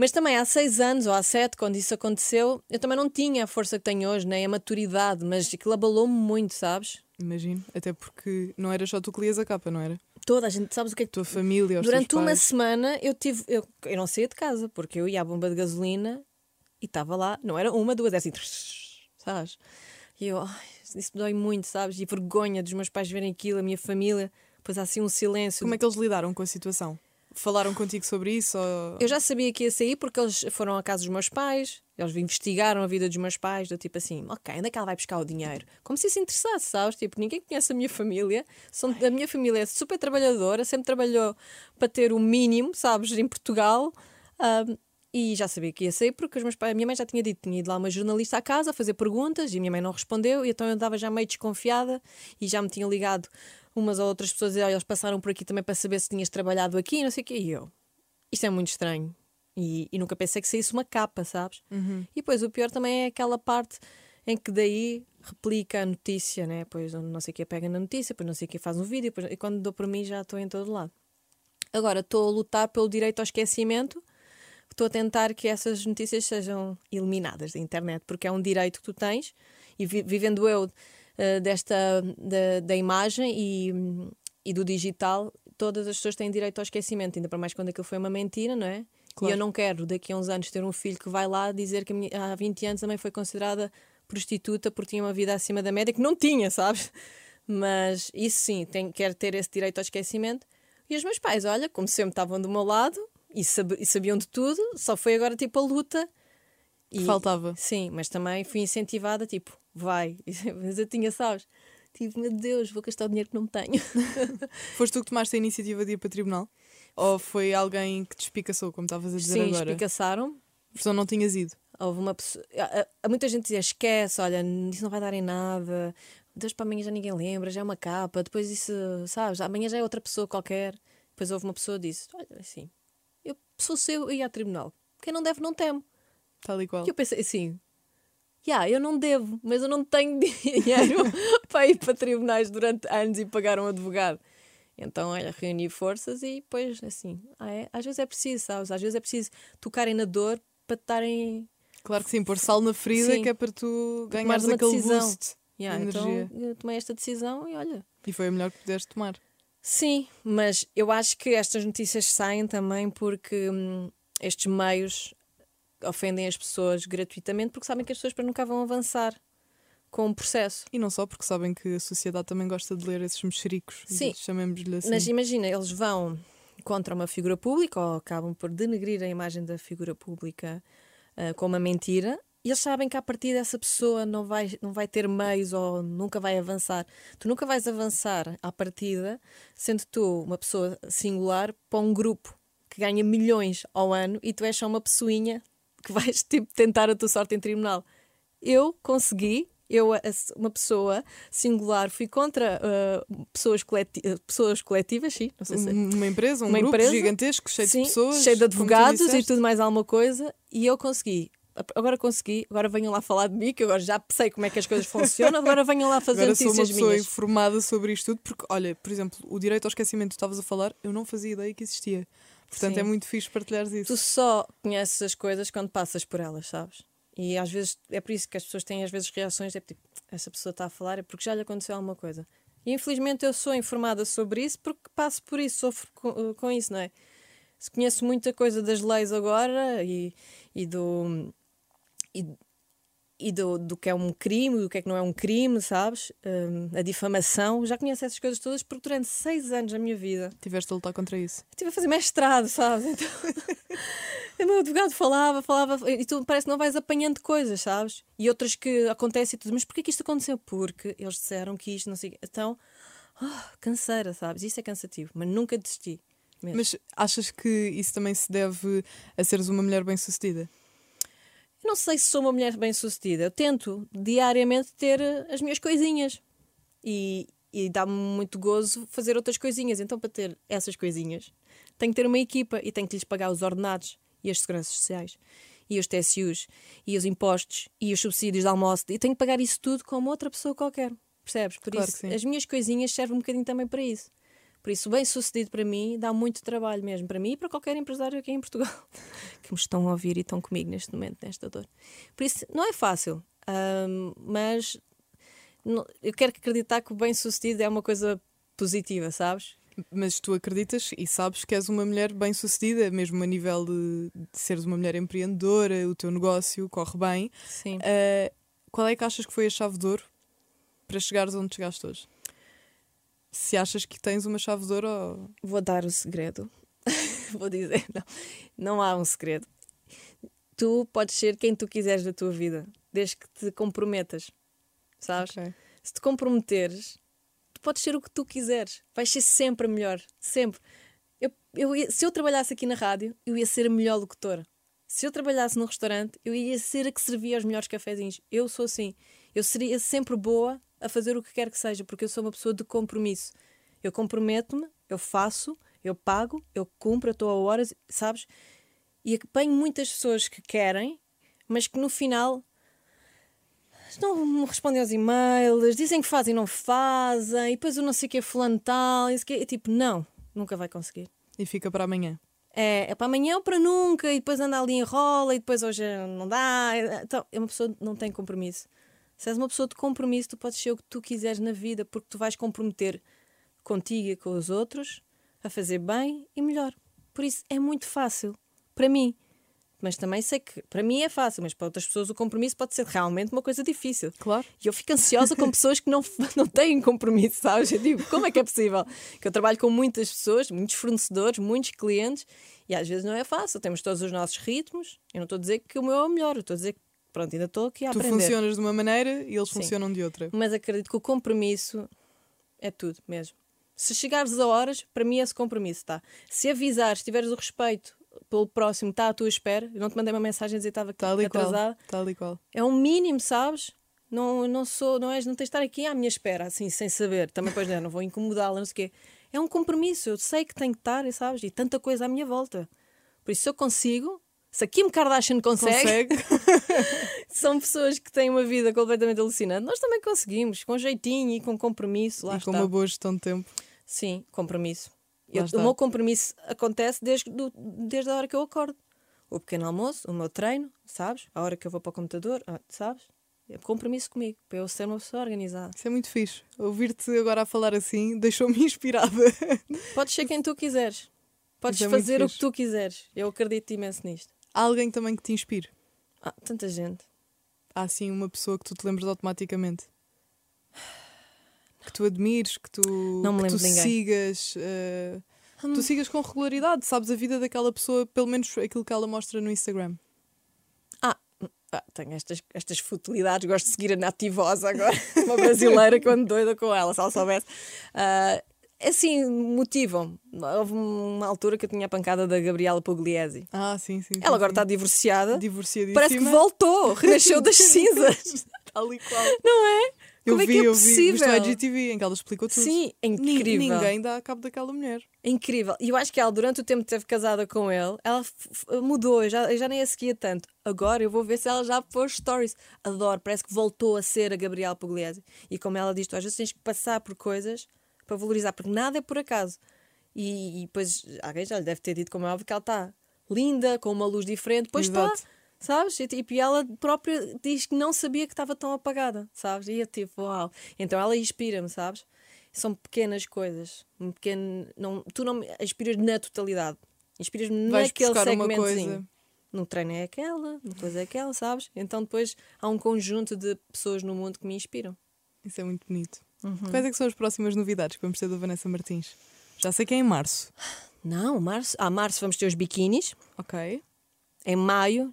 C: mas também há seis anos ou há sete, quando isso aconteceu, eu também não tinha a força que tenho hoje, nem a maturidade, mas aquilo abalou-me muito, sabes?
A: Imagino. Até porque não era só tu que lias a capa, não era?
C: Toda a gente, sabes o que é que.
A: Tua família, os
C: Durante
A: teus
C: uma
A: pais.
C: semana eu tive. Eu, eu não saía de casa, porque eu ia à bomba de gasolina e estava lá, não era uma, duas, é assim, sabes? E eu, ai, isso me dói muito, sabes? E vergonha dos meus pais verem aquilo, a minha família, pois há assim um silêncio.
A: Como é que eles lidaram com a situação? Falaram contigo sobre isso? Ou...
C: Eu já sabia que ia sair porque eles foram à casa dos meus pais, eles investigaram a vida dos meus pais, do tipo assim, ok, onde é que ela vai buscar o dinheiro? Como se isso interessasse, sabes? Tipo, ninguém conhece a minha família, são, a minha família é super trabalhadora, sempre trabalhou para ter o mínimo, sabes, em Portugal. Ahm, e já sabia que ia sair porque os meus pais, a minha mãe já tinha dito, tinha ido lá uma jornalista à casa a fazer perguntas e a minha mãe não respondeu, e então eu andava já meio desconfiada e já me tinha ligado umas ou outras pessoas e olha, eles passaram por aqui também para saber se tinhas trabalhado aqui, não sei o quê. E eu, isto é muito estranho. E, e nunca pensei que saísse uma capa, sabes? E depois o pior também é aquela parte em que daí replica a notícia, né? Pois não sei o que pega na notícia, depois não sei o que faz um vídeo, depois- e quando dou por mim já estou em todo lado. Agora estou a lutar pelo direito ao esquecimento, estou a tentar que essas notícias sejam eliminadas da internet, porque é um direito que tu tens e vi- vivendo eu eh, desta da, da imagem e, hum, e do digital, todas as pessoas têm direito ao esquecimento, ainda para mais quando aquilo foi uma mentira, não é?
A: Claro.
C: E eu não quero daqui a uns anos ter um filho que vai lá dizer que a minha- há 20 anos também foi considerada prostituta porque tinha uma vida acima da média que não tinha, sabes? Mas isso sim, tem, quero ter esse direito ao esquecimento. E os meus pais, olha, como sempre estavam do meu lado e, sab- e sabiam de tudo, só foi agora tipo a luta. E-
A: Faltava.
C: Sim, mas também fui incentivada, tipo, vai. Mas eu tinha, sabes? Tipo, meu Deus, vou gastar o dinheiro que não tenho.
A: Foste tu que tomaste a iniciativa de ir para tribunal? Ou foi alguém que te espicaçou, como estavas a dizer
C: Sim,
A: agora?
C: espicaçaram
A: Só não tinhas ido.
C: Houve uma pessoa. há- há- há Muita gente dizia: esquece, olha, isso não vai dar em nada. Deus para amanhã já ninguém lembra, já é uma capa. Depois isso, sabes, amanhã já é outra pessoa qualquer. Depois houve uma pessoa que disse: olha, assim, eu sou seu eu ia a tribunal. Quem não deve, não teme.
A: Tal e qual.
C: E eu pensei assim: yeah, eu não devo, mas eu não tenho dinheiro para ir para tribunais durante anos e pagar um advogado. Então, olha, reuni forças e depois, assim, ah, é? às vezes é preciso, sabes? Às vezes é preciso tocarem na dor para estarem
A: Claro que sim, pôr sal na ferida
C: Sim.
A: que é para tu ganhares
C: uma
A: aquele
C: decisão.
A: boost.
C: Yeah,
A: de
C: então
A: energia.
C: eu tomei esta decisão e olha.
A: E foi a melhor que pudeste tomar.
C: Sim, mas eu acho que estas notícias saem também porque hum, estes meios ofendem as pessoas gratuitamente porque sabem que as pessoas depois nunca vão avançar com o processo.
A: E não só porque sabem que a sociedade também gosta de ler esses mexericos.
C: Sim.
A: Chamemos-lhe assim.
C: Mas imagina, eles vão contra uma figura pública ou acabam por denegrir a imagem da figura pública ah, com uma mentira. E eles sabem que a partir dessa pessoa não vai, não vai ter meios ou nunca vai avançar. Tu nunca vais avançar à partida, sendo tu uma pessoa singular para um grupo que ganha milhões ao ano e tu és só uma pessoinha que vais tipo, tentar a tua sorte em tribunal. Eu consegui, eu, a- a- uma pessoa singular, fui contra ah, pessoas, coleti ah, pessoas coletivas, sim, não sei se é
A: Um- uma empresa, um
C: Uma
A: grupo
C: empresa?
A: gigantesco, cheio
C: Sim,
A: de pessoas.
C: cheio de
A: como tu
C: advogados e
A: disseste.
C: tudo mais alguma coisa, e eu consegui. Agora consegui, agora venham lá falar de mim, que eu agora já sei como é que as coisas funcionam, agora venham lá fazer
A: Agora sou uma
C: notícias
A: pessoa
C: minhas.
A: informada sobre isto tudo, porque, olha, por exemplo, o direito ao esquecimento que tu estavas a falar, eu não fazia ideia que existia. Portanto,
C: Sim.
A: é muito fixe partilhares isso.
C: Tu só conheces as coisas quando passas por elas, sabes? E às vezes é por isso que as pessoas têm às vezes reações, é tipo, essa pessoa está a falar é porque já lhe aconteceu alguma coisa. E infelizmente eu sou informada sobre isso porque passo por isso, sofro com, com isso, não é? Se conheço muita coisa das leis agora e, e do. E, e do, do que é um crime e do que é que não é um crime, sabes? Hum, a difamação. Já conheço essas coisas todas porque durante seis anos da minha vida
A: Tiveste a lutar contra isso.
C: estive a fazer mestrado, sabes? Então, o meu advogado falava, falava, e tu parece que não vais apanhando coisas, sabes? E outras que acontecem e tudo, mas porquê que isto aconteceu? Porque eles disseram que isto, não sei. o quê. Então, ah, canseira, sabes? Isso é cansativo, mas nunca desisti. mesmo.
A: Mas achas que isso também se deve a seres uma mulher bem-sucedida?
C: Eu não sei se sou uma mulher bem-sucedida. Eu tento diariamente ter eh, as minhas coisinhas. E, e dá-me muito gozo fazer outras coisinhas. Então, para ter essas coisinhas, tenho que ter uma equipa e tenho que lhes pagar os ordenados e as seguranças sociais. E os TSUs, e os impostos, e os subsídios de almoço, e tenho que pagar isso tudo como outra pessoa qualquer. Percebes? Por
A: Claro que
C: isso,
A: sim.
C: as minhas coisinhas servem um bocadinho também para isso. Por isso, bem sucedido para mim dá muito trabalho mesmo, para mim e para qualquer empresário aqui em Portugal que me estão a ouvir e estão comigo neste momento, nesta dor. Por isso, não é fácil, ahm, mas não- eu quero acreditar que o bem sucedido é uma coisa positiva, sabes?
A: Mas tu acreditas e sabes que és uma mulher bem-sucedida, mesmo a nível de, de seres uma mulher empreendedora, o teu negócio corre bem.
C: Sim.
A: Ah, qual é que achas que foi a chave de ouro para chegares onde chegaste hoje? Se achas que tens uma chave de ouro, ou-
C: Vou dar o segredo. Vou dizer, não. Não há um segredo. Tu podes ser quem tu quiseres da tua vida, desde que te comprometas, sabes?
A: Ok.
C: se te comprometeres, tu podes ser o que tu quiseres. Vais ser sempre a melhor. Sempre. Eu, eu ia- se eu trabalhasse aqui na rádio, eu ia ser a melhor locutora. Se eu trabalhasse num restaurante, eu ia ser a que servia os melhores cafezinhos. Eu sou assim. Eu seria sempre boa a fazer o que quer que seja, porque eu sou uma pessoa de compromisso. Eu comprometo-me, eu faço, eu pago, eu cumpro, eu estou a horas, sabes? E apanho muitas pessoas que querem, mas que no final não Então, me respondem aos e-mails, dizem que fazem e não fazem, e depois eu não sei o que é fulano tal, e não sei o quê. É tipo, não, nunca vai conseguir.
A: e fica para amanhã.
C: É, é para amanhã ou para nunca, e depois anda ali em rola, e depois hoje não dá. Então, é uma pessoa que não tem compromisso. Se és uma pessoa de compromisso, tu podes ser o que tu quiseres na vida, porque tu vais comprometer contigo e com os outros a fazer bem e melhor. Por isso é muito fácil, para mim. Mas também sei que para mim é fácil, mas para outras pessoas o compromisso pode ser realmente uma coisa difícil.
A: Claro.
C: E eu fico ansiosa com pessoas que não, não têm compromisso, sabes? Eu digo, como é que é possível? Que eu trabalho com muitas pessoas, muitos fornecedores, muitos clientes, e às vezes não é fácil. Temos todos os nossos ritmos. Eu não estou a dizer que o meu é o melhor, eu estou a dizer que, pronto, ainda estou aqui a
A: Tu
C: aprender.
A: funcionas de uma maneira e eles
C: Sim.
A: funcionam de outra.
C: Mas acredito que o compromisso é tudo mesmo. Se chegares a horas, para mim é esse compromisso está. Se avisares, tiveres o respeito pelo próximo, está à tua espera. Eu não te mandei uma mensagem a dizer que estava
A: Tal e qual.
C: atrasada.
A: Tal e qual.
C: É um mínimo, sabes? Não, não sou, não és, não tens de estar aqui à minha espera, assim, sem saber. Também, pois não, não vou incomodá-la, não sei o quê. É um compromisso, eu sei que tenho que estar, e sabes? E tanta coisa à minha volta. Por isso, se eu consigo, se a Kim Kardashian
A: Consegue?
C: consegue, são pessoas que têm uma vida completamente alucinante. Nós também conseguimos, com jeitinho e com compromisso, lá
A: e
C: está.
A: com uma boa gestão de tempo.
C: Sim, compromisso.
A: Lá
C: Eu-
A: está.
C: o meu compromisso acontece desde, do- desde a hora que eu acordo. O pequeno almoço, o meu treino, sabes? A hora que eu vou para o computador, ah, sabes? É compromisso comigo, para eu ser uma pessoa organizada.
A: Isso é muito fixe. Ouvir-te agora a falar assim deixou-me inspirada.
C: Podes ser quem tu quiseres. Podes
A: Isso é muito
C: fazer o que
A: fixe.
C: tu quiseres. Eu acredito imenso nisto.
A: Há alguém também que te inspire?
C: Ah, tanta gente.
A: Há assim uma pessoa que tu te lembras automaticamente? Que tu admires, que tu,
C: Não me
A: que tu
C: lembro de ninguém. Hum.
A: sigas. eh, que tu sigas com regularidade, sabes a vida daquela pessoa, pelo menos aquilo que ela mostra no Instagram.
C: Ah, ah, tenho estas, estas futilidades, gosto de seguir a nativosa agora, uma brasileira que eu ando doida com ela, se ela soubesse. Ah, assim, motivam-me. Houve uma altura que eu tinha a pancada da Gabriela Pugliese.
A: Ah, sim, sim. sim,
C: Ela agora
A: sim.
C: está divorciada,
A: divorciadíssima.
C: parece que voltou, renasceu das cinzas.
A: Tal e qual.
C: Não é?
A: Eu
C: Como é
A: vi,
C: que é
A: eu vi. Viste
C: possível?
A: o IGTV em que ela explicou tudo.
C: Sim, é
A: Ni-
C: incrível.
A: Ninguém dá cabo daquela mulher.
C: É incrível. E eu acho que ela, durante o tempo que esteve casada com ele, ela f- f- mudou, eu já, eu já nem a seguia tanto. Agora eu vou ver se ela já pôs stories. Adoro, parece que voltou a ser a Gabriela Pugliese. E como ela diz, tu às vezes tens que passar por coisas para valorizar, porque nada é por acaso. E, e depois alguém já lhe deve ter dito, como é óbvio, que ela está linda, com uma luz diferente. Pois está,
A: Exato.
C: sabes? E, tipo, e ela própria diz que não sabia que estava tão apagada, sabes? E eu tipo, uau. Então ela inspira-me, sabes? São pequenas coisas. Um pequeno, não, tu não me inspiras na totalidade. Inspiras-me
A: Vais
C: naquele
A: buscar uma
C: segmentozinho.
A: coisa.
C: no treino é aquela, no coisa é aquela, sabes? Então depois há um conjunto de pessoas no mundo que me inspiram.
A: Isso é muito bonito.
C: Uhum.
A: Quais é que são as próximas novidades que vamos ter da Vanessa Martins? Já sei que é em março.
C: Não, março. Ah, março vamos ter os biquinis.
A: Ok.
C: Em maio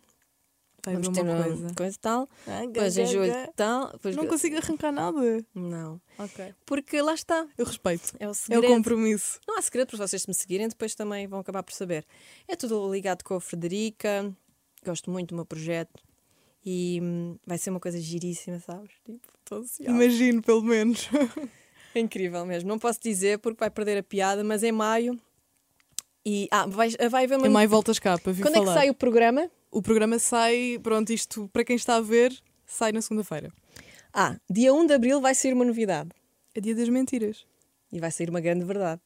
A: Vai
C: vamos
A: haver
C: ter
A: uma
C: uma
A: coisa. Ah,
C: coisa tal. Depois em julho tal. Depois
A: Não consigo arrancar nada.
C: Não.
A: Ok.
C: Porque lá está.
A: Eu respeito.
C: É
A: É
C: o
A: o
C: segredo.
A: compromisso.
C: Não há segredo para vocês se me seguirem, depois também vão acabar por saber. É tudo ligado com a Frederica, gosto muito do meu projeto e hum, vai ser uma coisa giríssima, sabes? Tipo, estou ansiosa.
A: Imagino, pelo menos.
C: É incrível mesmo. Não posso dizer porque vai perder a piada, mas em maio. E, ah, vai, vai haver uma.
A: Em maio É voltas cá para vir
C: Quando é
A: falar.
C: que sai o programa?
A: O programa sai, pronto, isto para quem está a ver, sai na segunda-feira.
C: Ah, dia 1 de abril vai sair uma novidade.
A: É dia das mentiras.
C: E vai sair uma grande verdade.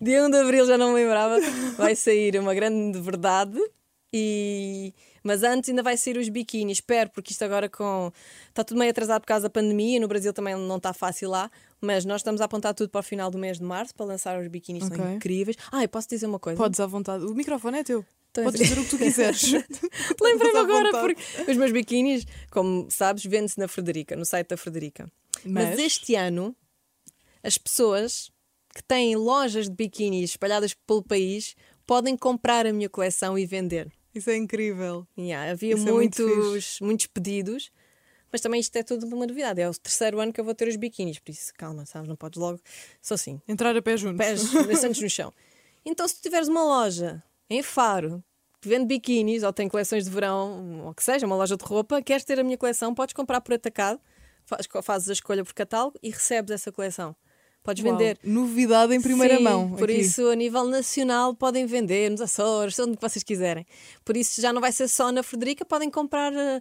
C: Dia 1 de Abril, já não me lembrava, vai sair uma grande verdade. E... Mas antes ainda vai sair os biquínis, espero, porque isto agora com. Está tudo meio atrasado por causa da pandemia, no Brasil também não está fácil lá, mas nós estamos a apontar tudo para o final do mês de março para lançar os biquínis,
A: Ok.
C: são incríveis. Ah, eu posso dizer uma coisa?
A: Podes à vontade. O microfone é teu.
C: Então é
A: Podes
C: assim.
A: dizer o que tu quiseres.
C: Lembrei-me
A: Estás à
C: agora,
A: vontade.
C: porque os meus biquínis, como sabes, vende-se na Frederica, no site da Frederica. Mas...
A: Mas-
C: este ano, as pessoas que têm lojas de biquínis espalhadas pelo país podem comprar a minha coleção e vender.
A: Isso é incrível.
C: Yeah, havia
A: Isso é muito
C: muitos, muitos pedidos, mas também isto é tudo uma novidade. É o terceiro ano que eu vou ter os biquínis, por isso calma, sabes? Não podes logo. Só assim,
A: Entrar a pé juntos.
C: pés lançantes no chão. Então, se tu tiveres uma loja em Faro que vende biquínis ou tem coleções de verão, ou que seja, uma loja de roupa, queres ter a minha coleção, podes comprar por atacado, faz- fazes a escolha por catálogo e recebes essa coleção. Podes
A: Uau,
C: vender.
A: Novidade em primeira
C: Sim,
A: mão.
C: Por
A: aqui.
C: isso, a nível nacional, podem vender nos Açores, onde vocês quiserem. Por isso, já não vai ser só na Frederica, podem comprar, eh,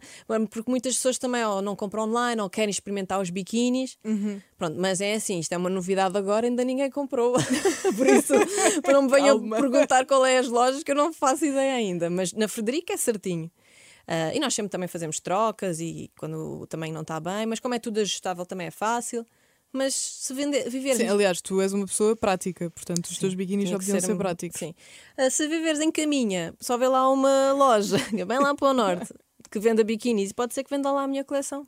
C: porque muitas pessoas também ou não compram online ou querem experimentar os biquínis.
A: Uhum.
C: Pronto, mas é assim, isto é uma novidade agora, ainda ninguém comprou. por isso, para não me venham
A: Calma.
C: perguntar qual é as lojas, que eu não faço ideia ainda. Mas na Frederica é certinho. Ah, e nós sempre também fazemos trocas e quando também não está bem, mas como é tudo ajustável também é fácil. Mas se vender, viveres
A: Sim, aliás, tu és uma pessoa prática, portanto, os teus biquínis já
C: tinha que
A: podiam ser,
C: um-
A: práticos.
C: Sim. Ah, se viveres em caminha, só vê lá uma loja, bem lá para o norte, que venda biquinis, pode ser que venda lá a minha coleção.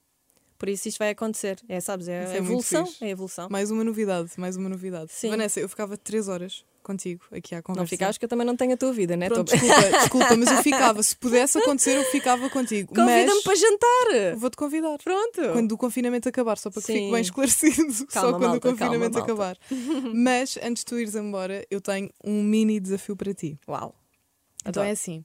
C: Por isso isto vai acontecer. É, sabes, é,
A: Isso
C: a
A: é muito
C: evolução.
A: fixe.
C: É a evolução.
A: Mais uma novidade, mais uma novidade.
C: Sim.
A: Vanessa, eu ficava três horas contigo aqui à conversa.
C: não ficares que eu também não tenho a tua vida, né?
A: Pronto,
C: Tô-
A: desculpa, desculpa, mas eu ficava. Se pudesse acontecer, eu ficava contigo.
C: Convida-me
A: mas
C: para jantar!
A: vou-te convidar.
C: Pronto!
A: Quando o confinamento acabar, só para que
C: Sim.
A: fique bem esclarecido, só
C: Calma,
A: quando
C: malta,
A: o confinamento
C: calma,
A: acabar. Mas antes de tu ires embora, eu tenho um mini desafio para ti.
C: Uau!
A: Então é assim.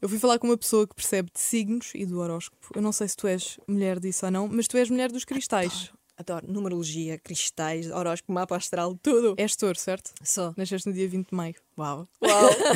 A: Eu fui falar com uma pessoa que percebe de signos e do horóscopo. Eu não sei se tu és mulher disso ou não, mas tu és mulher dos cristais.
C: Adoro numerologia, cristais, horóscopo, mapa astral, tudo.
A: És touro, certo?
C: Só.
A: Nasceste no dia 20 de maio.
C: Uau.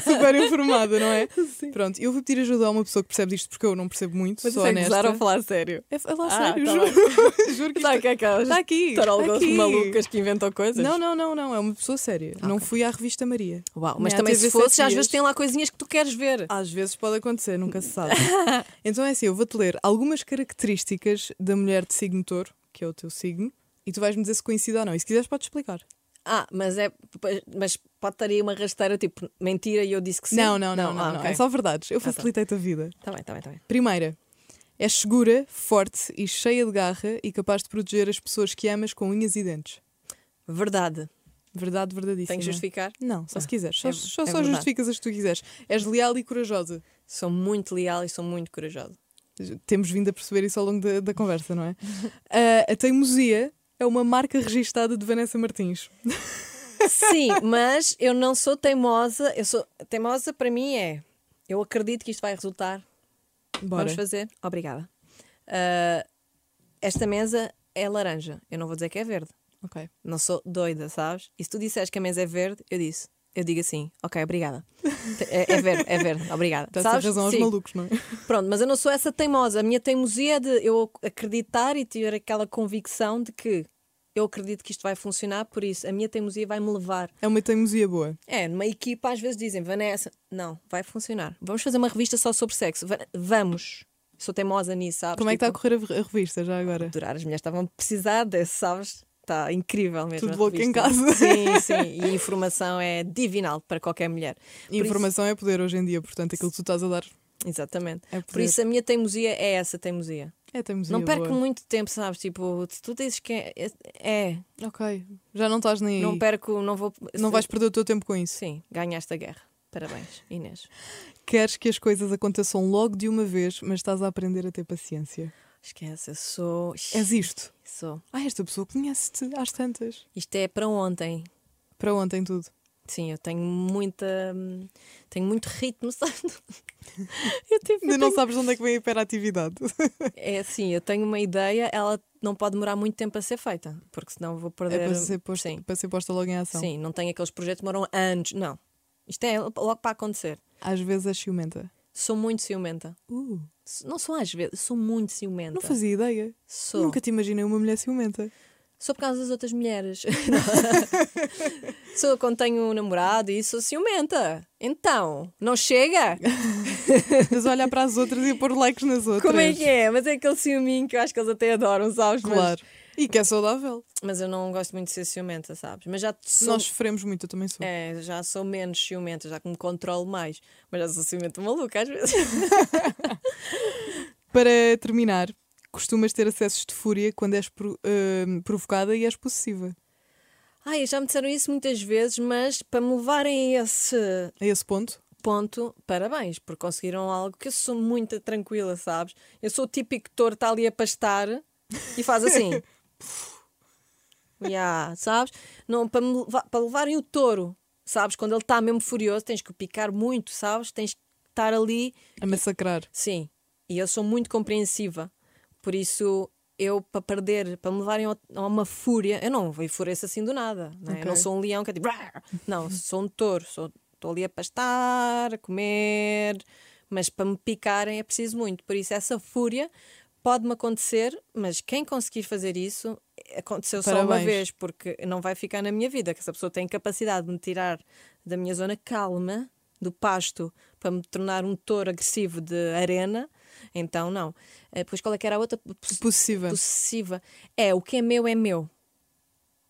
A: Super informada, não é? Pronto, eu vou pedir ajuda a uma pessoa que percebe disto porque eu não percebo muito,
C: Mas
A: sou
C: isso é
A: honesta.
C: gozar ou falar sério?
A: É falar
C: Ah,
A: sério,
C: tá
A: juro. juro que
C: Está
A: isto...
C: tá aqui aquelas
A: Está aqui.
C: tarólogas
A: aqui.
C: malucas que inventam coisas?
A: Não, não, não, não, é uma pessoa séria. Não fui à revista Maria.
C: Uau,
A: Nem
C: mas
A: à
C: também
A: TV
C: se fosse, já às
A: Sete
C: vezes
A: Dias.
C: tem lá coisinhas que tu queres ver.
A: Às vezes pode acontecer, nunca se sabe. então é assim, eu vou-te ler algumas características da mulher de signo touro, que é o teu signo, e tu vais-me dizer se coincide ou não. E se quiseres, podes explicar.
C: Ah, mas é. Mas pode estar aí uma rasteira tipo mentira e eu disse que sim.
A: Não, não, não, não,
C: ah,
A: não.
C: ok.
A: É só verdades. Eu facilitei-te a vida.
C: Tá bem, tá bem, tá bem.
A: Primeira, és segura, forte e cheia de garra e capaz de proteger as pessoas que amas com unhas e dentes.
C: Verdade.
A: Verdade verdadeíssima.
C: Tenho que justificar?
A: Não, só se
C: Ah,
A: quiseres. Só,
C: é-
A: só,
C: é
A: só
C: verdade.
A: justificas as que tu quiseres. És leal e corajosa.
C: Sou muito leal e sou muito corajosa.
A: Temos vindo a perceber isso ao longo da, da conversa, não é? Ah, a teimosia é uma marca registada de Vanessa Martins.
C: Sim, mas eu não sou teimosa. Eu sou teimosa para mim é. Eu acredito que isto vai resultar.
A: Bora.
C: Vamos fazer? Obrigada. Ah, esta mesa é laranja. Eu não vou dizer que é verde.
A: Ok.
C: Não sou doida, sabes? E se tu disseres que a mesa é verde, eu disse. Eu digo assim, ok, obrigada. É, é verde, é verde, obrigada.
A: Dá-se
C: sabes?
A: Então, razão aos
C: Sim.
A: malucos, não é?
C: Pronto, mas eu não sou essa teimosa. A minha teimosia é de eu acreditar e ter aquela convicção de que eu acredito que isto vai funcionar, por isso a minha teimosia vai me levar.
A: É uma teimosia boa.
C: É, numa equipa às vezes dizem, Vanessa, não, vai funcionar. Vamos fazer uma revista só sobre sexo. Va- Vamos. Sou teimosa nisso, sabes?
A: Como é que está a
C: Tipo,
A: correr a a revista já agora?
C: durar? As mulheres estavam a precisar desse, sabes? está incrível mesmo.
A: Tudo
C: a
A: louco em
C: revista.
A: casa.
C: Sim, sim. E informação é divinal para qualquer mulher. Por isso-
A: Informação é poder hoje em dia, portanto, aquilo que tu estás a dar
C: Exatamente.
A: é poder.
C: Por isso a minha teimosia é essa teimosia.
A: é, temos
C: não perco muito tempo, sabes? Tipo, se tu dizes que é. é, é.
A: Ok, já não estás nem.
C: não
A: aí.
C: perco, não vou.
A: Não
C: se-
A: vais perder o teu tempo com isso.
C: Sim, ganhaste a guerra. Parabéns, Inês.
A: Queres que as coisas aconteçam logo de uma vez, mas estás a aprender a ter paciência.
C: Esquece, eu sou.
A: És isto.
C: sou.
A: Ah, esta pessoa conhece-te às tantas.
C: Isto é para ontem.
A: Para ontem tudo.
C: Sim, eu tenho muita. hum, Tenho muito ritmo, sabes? Eu tive.
A: Ainda não sabes de onde é que vem a hiperatividade.
C: É assim, eu tenho uma ideia, ela não pode demorar muito tempo a ser feita, porque senão vou perder.
A: É para ser, posta,
C: Sim,
A: para ser posta logo em ação.
C: sim, não tenho aqueles projetos que demoram anos. Não. Isto é logo para acontecer.
A: Às vezes é ciumenta.
C: Sou muito ciumenta.
A: Uh,
C: S- Não sou às vezes, sou muito ciumenta.
A: não fazia ideia.
C: Sou.
A: Nunca te imaginei uma mulher ciumenta.
C: Sou por causa das outras mulheres. sou quando tenho um namorado e sou ciumenta. Então, não chega?
A: Mas olhar para as outras e pôr likes nas outras.
C: Como é que é? Mas é aquele ciúminho que eu acho que eles até adoram, sabes? Mas-
A: Claro. E que é saudável.
C: Mas, eu não gosto muito de ser ciumenta, sabes? Mas já sou,
A: Nós sofremos muito, eu também sou.
C: é, já sou menos ciumenta, já que me controlo mais. Mas já sou ciumenta maluca às vezes.
A: Para terminar, costumas ter acessos de fúria quando és pro- ahm, provocada e és possessiva.
C: Ai, já me disseram isso muitas vezes, mas para me levarem a esse
A: A esse ponto,
C: ponto, parabéns, porque conseguiram algo que eu sou muito tranquila, sabes? Eu sou o típico touro que está ali a pastar e faz assim. yeah, sabes? Não, para, me leva- para levarem o touro, sabes? Quando ele está mesmo furioso, tens que o picar muito, sabes? Tens que estar ali.
A: a massacrar.
C: Sim, e eu sou muito compreensiva. Por isso, eu, para perder, para me levarem ao- a uma fúria, eu não vou enfurecer assim do nada. Não, é? Eu não
A: Ok.
C: sou um leão que é tipo. "Rar!" Não, sou um touro. Sou, estou ali a pastar, a comer. Mas para me picarem é preciso muito. Por isso, essa fúria pode-me acontecer, mas quem conseguir fazer isso. Aconteceu só uma
A: Parabéns.
C: vez, porque não vai ficar na minha vida. Que essa pessoa tem capacidade de me tirar da minha zona calma, do pasto, para me tornar um touro agressivo de arena, então não. Eh, Pois qual é que era a outra? Poss-
A: Possessiva.
C: Possessiva. É, o que é meu é meu.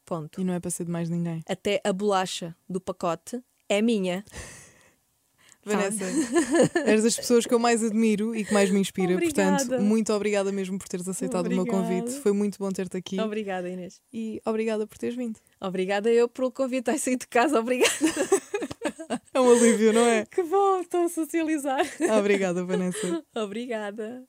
C: Ponto.
A: E não é para ser de mais ninguém.
C: Até a bolacha do pacote é minha.
A: Vanessa, és das pessoas que eu mais admiro e que mais me inspira.
C: Obrigada.
A: Portanto, muito obrigada mesmo por teres aceitado o meu
C: Obrigada.
A: convite. Foi muito bom ter-te aqui
C: Obrigada, Inês.
A: e obrigada por teres vindo.
C: Obrigada eu pelo convite. Ai, saí de casa, obrigada.
A: É um alívio, não é?
C: Que bom, estou a socializar.
A: Obrigada, Vanessa.
C: Obrigada.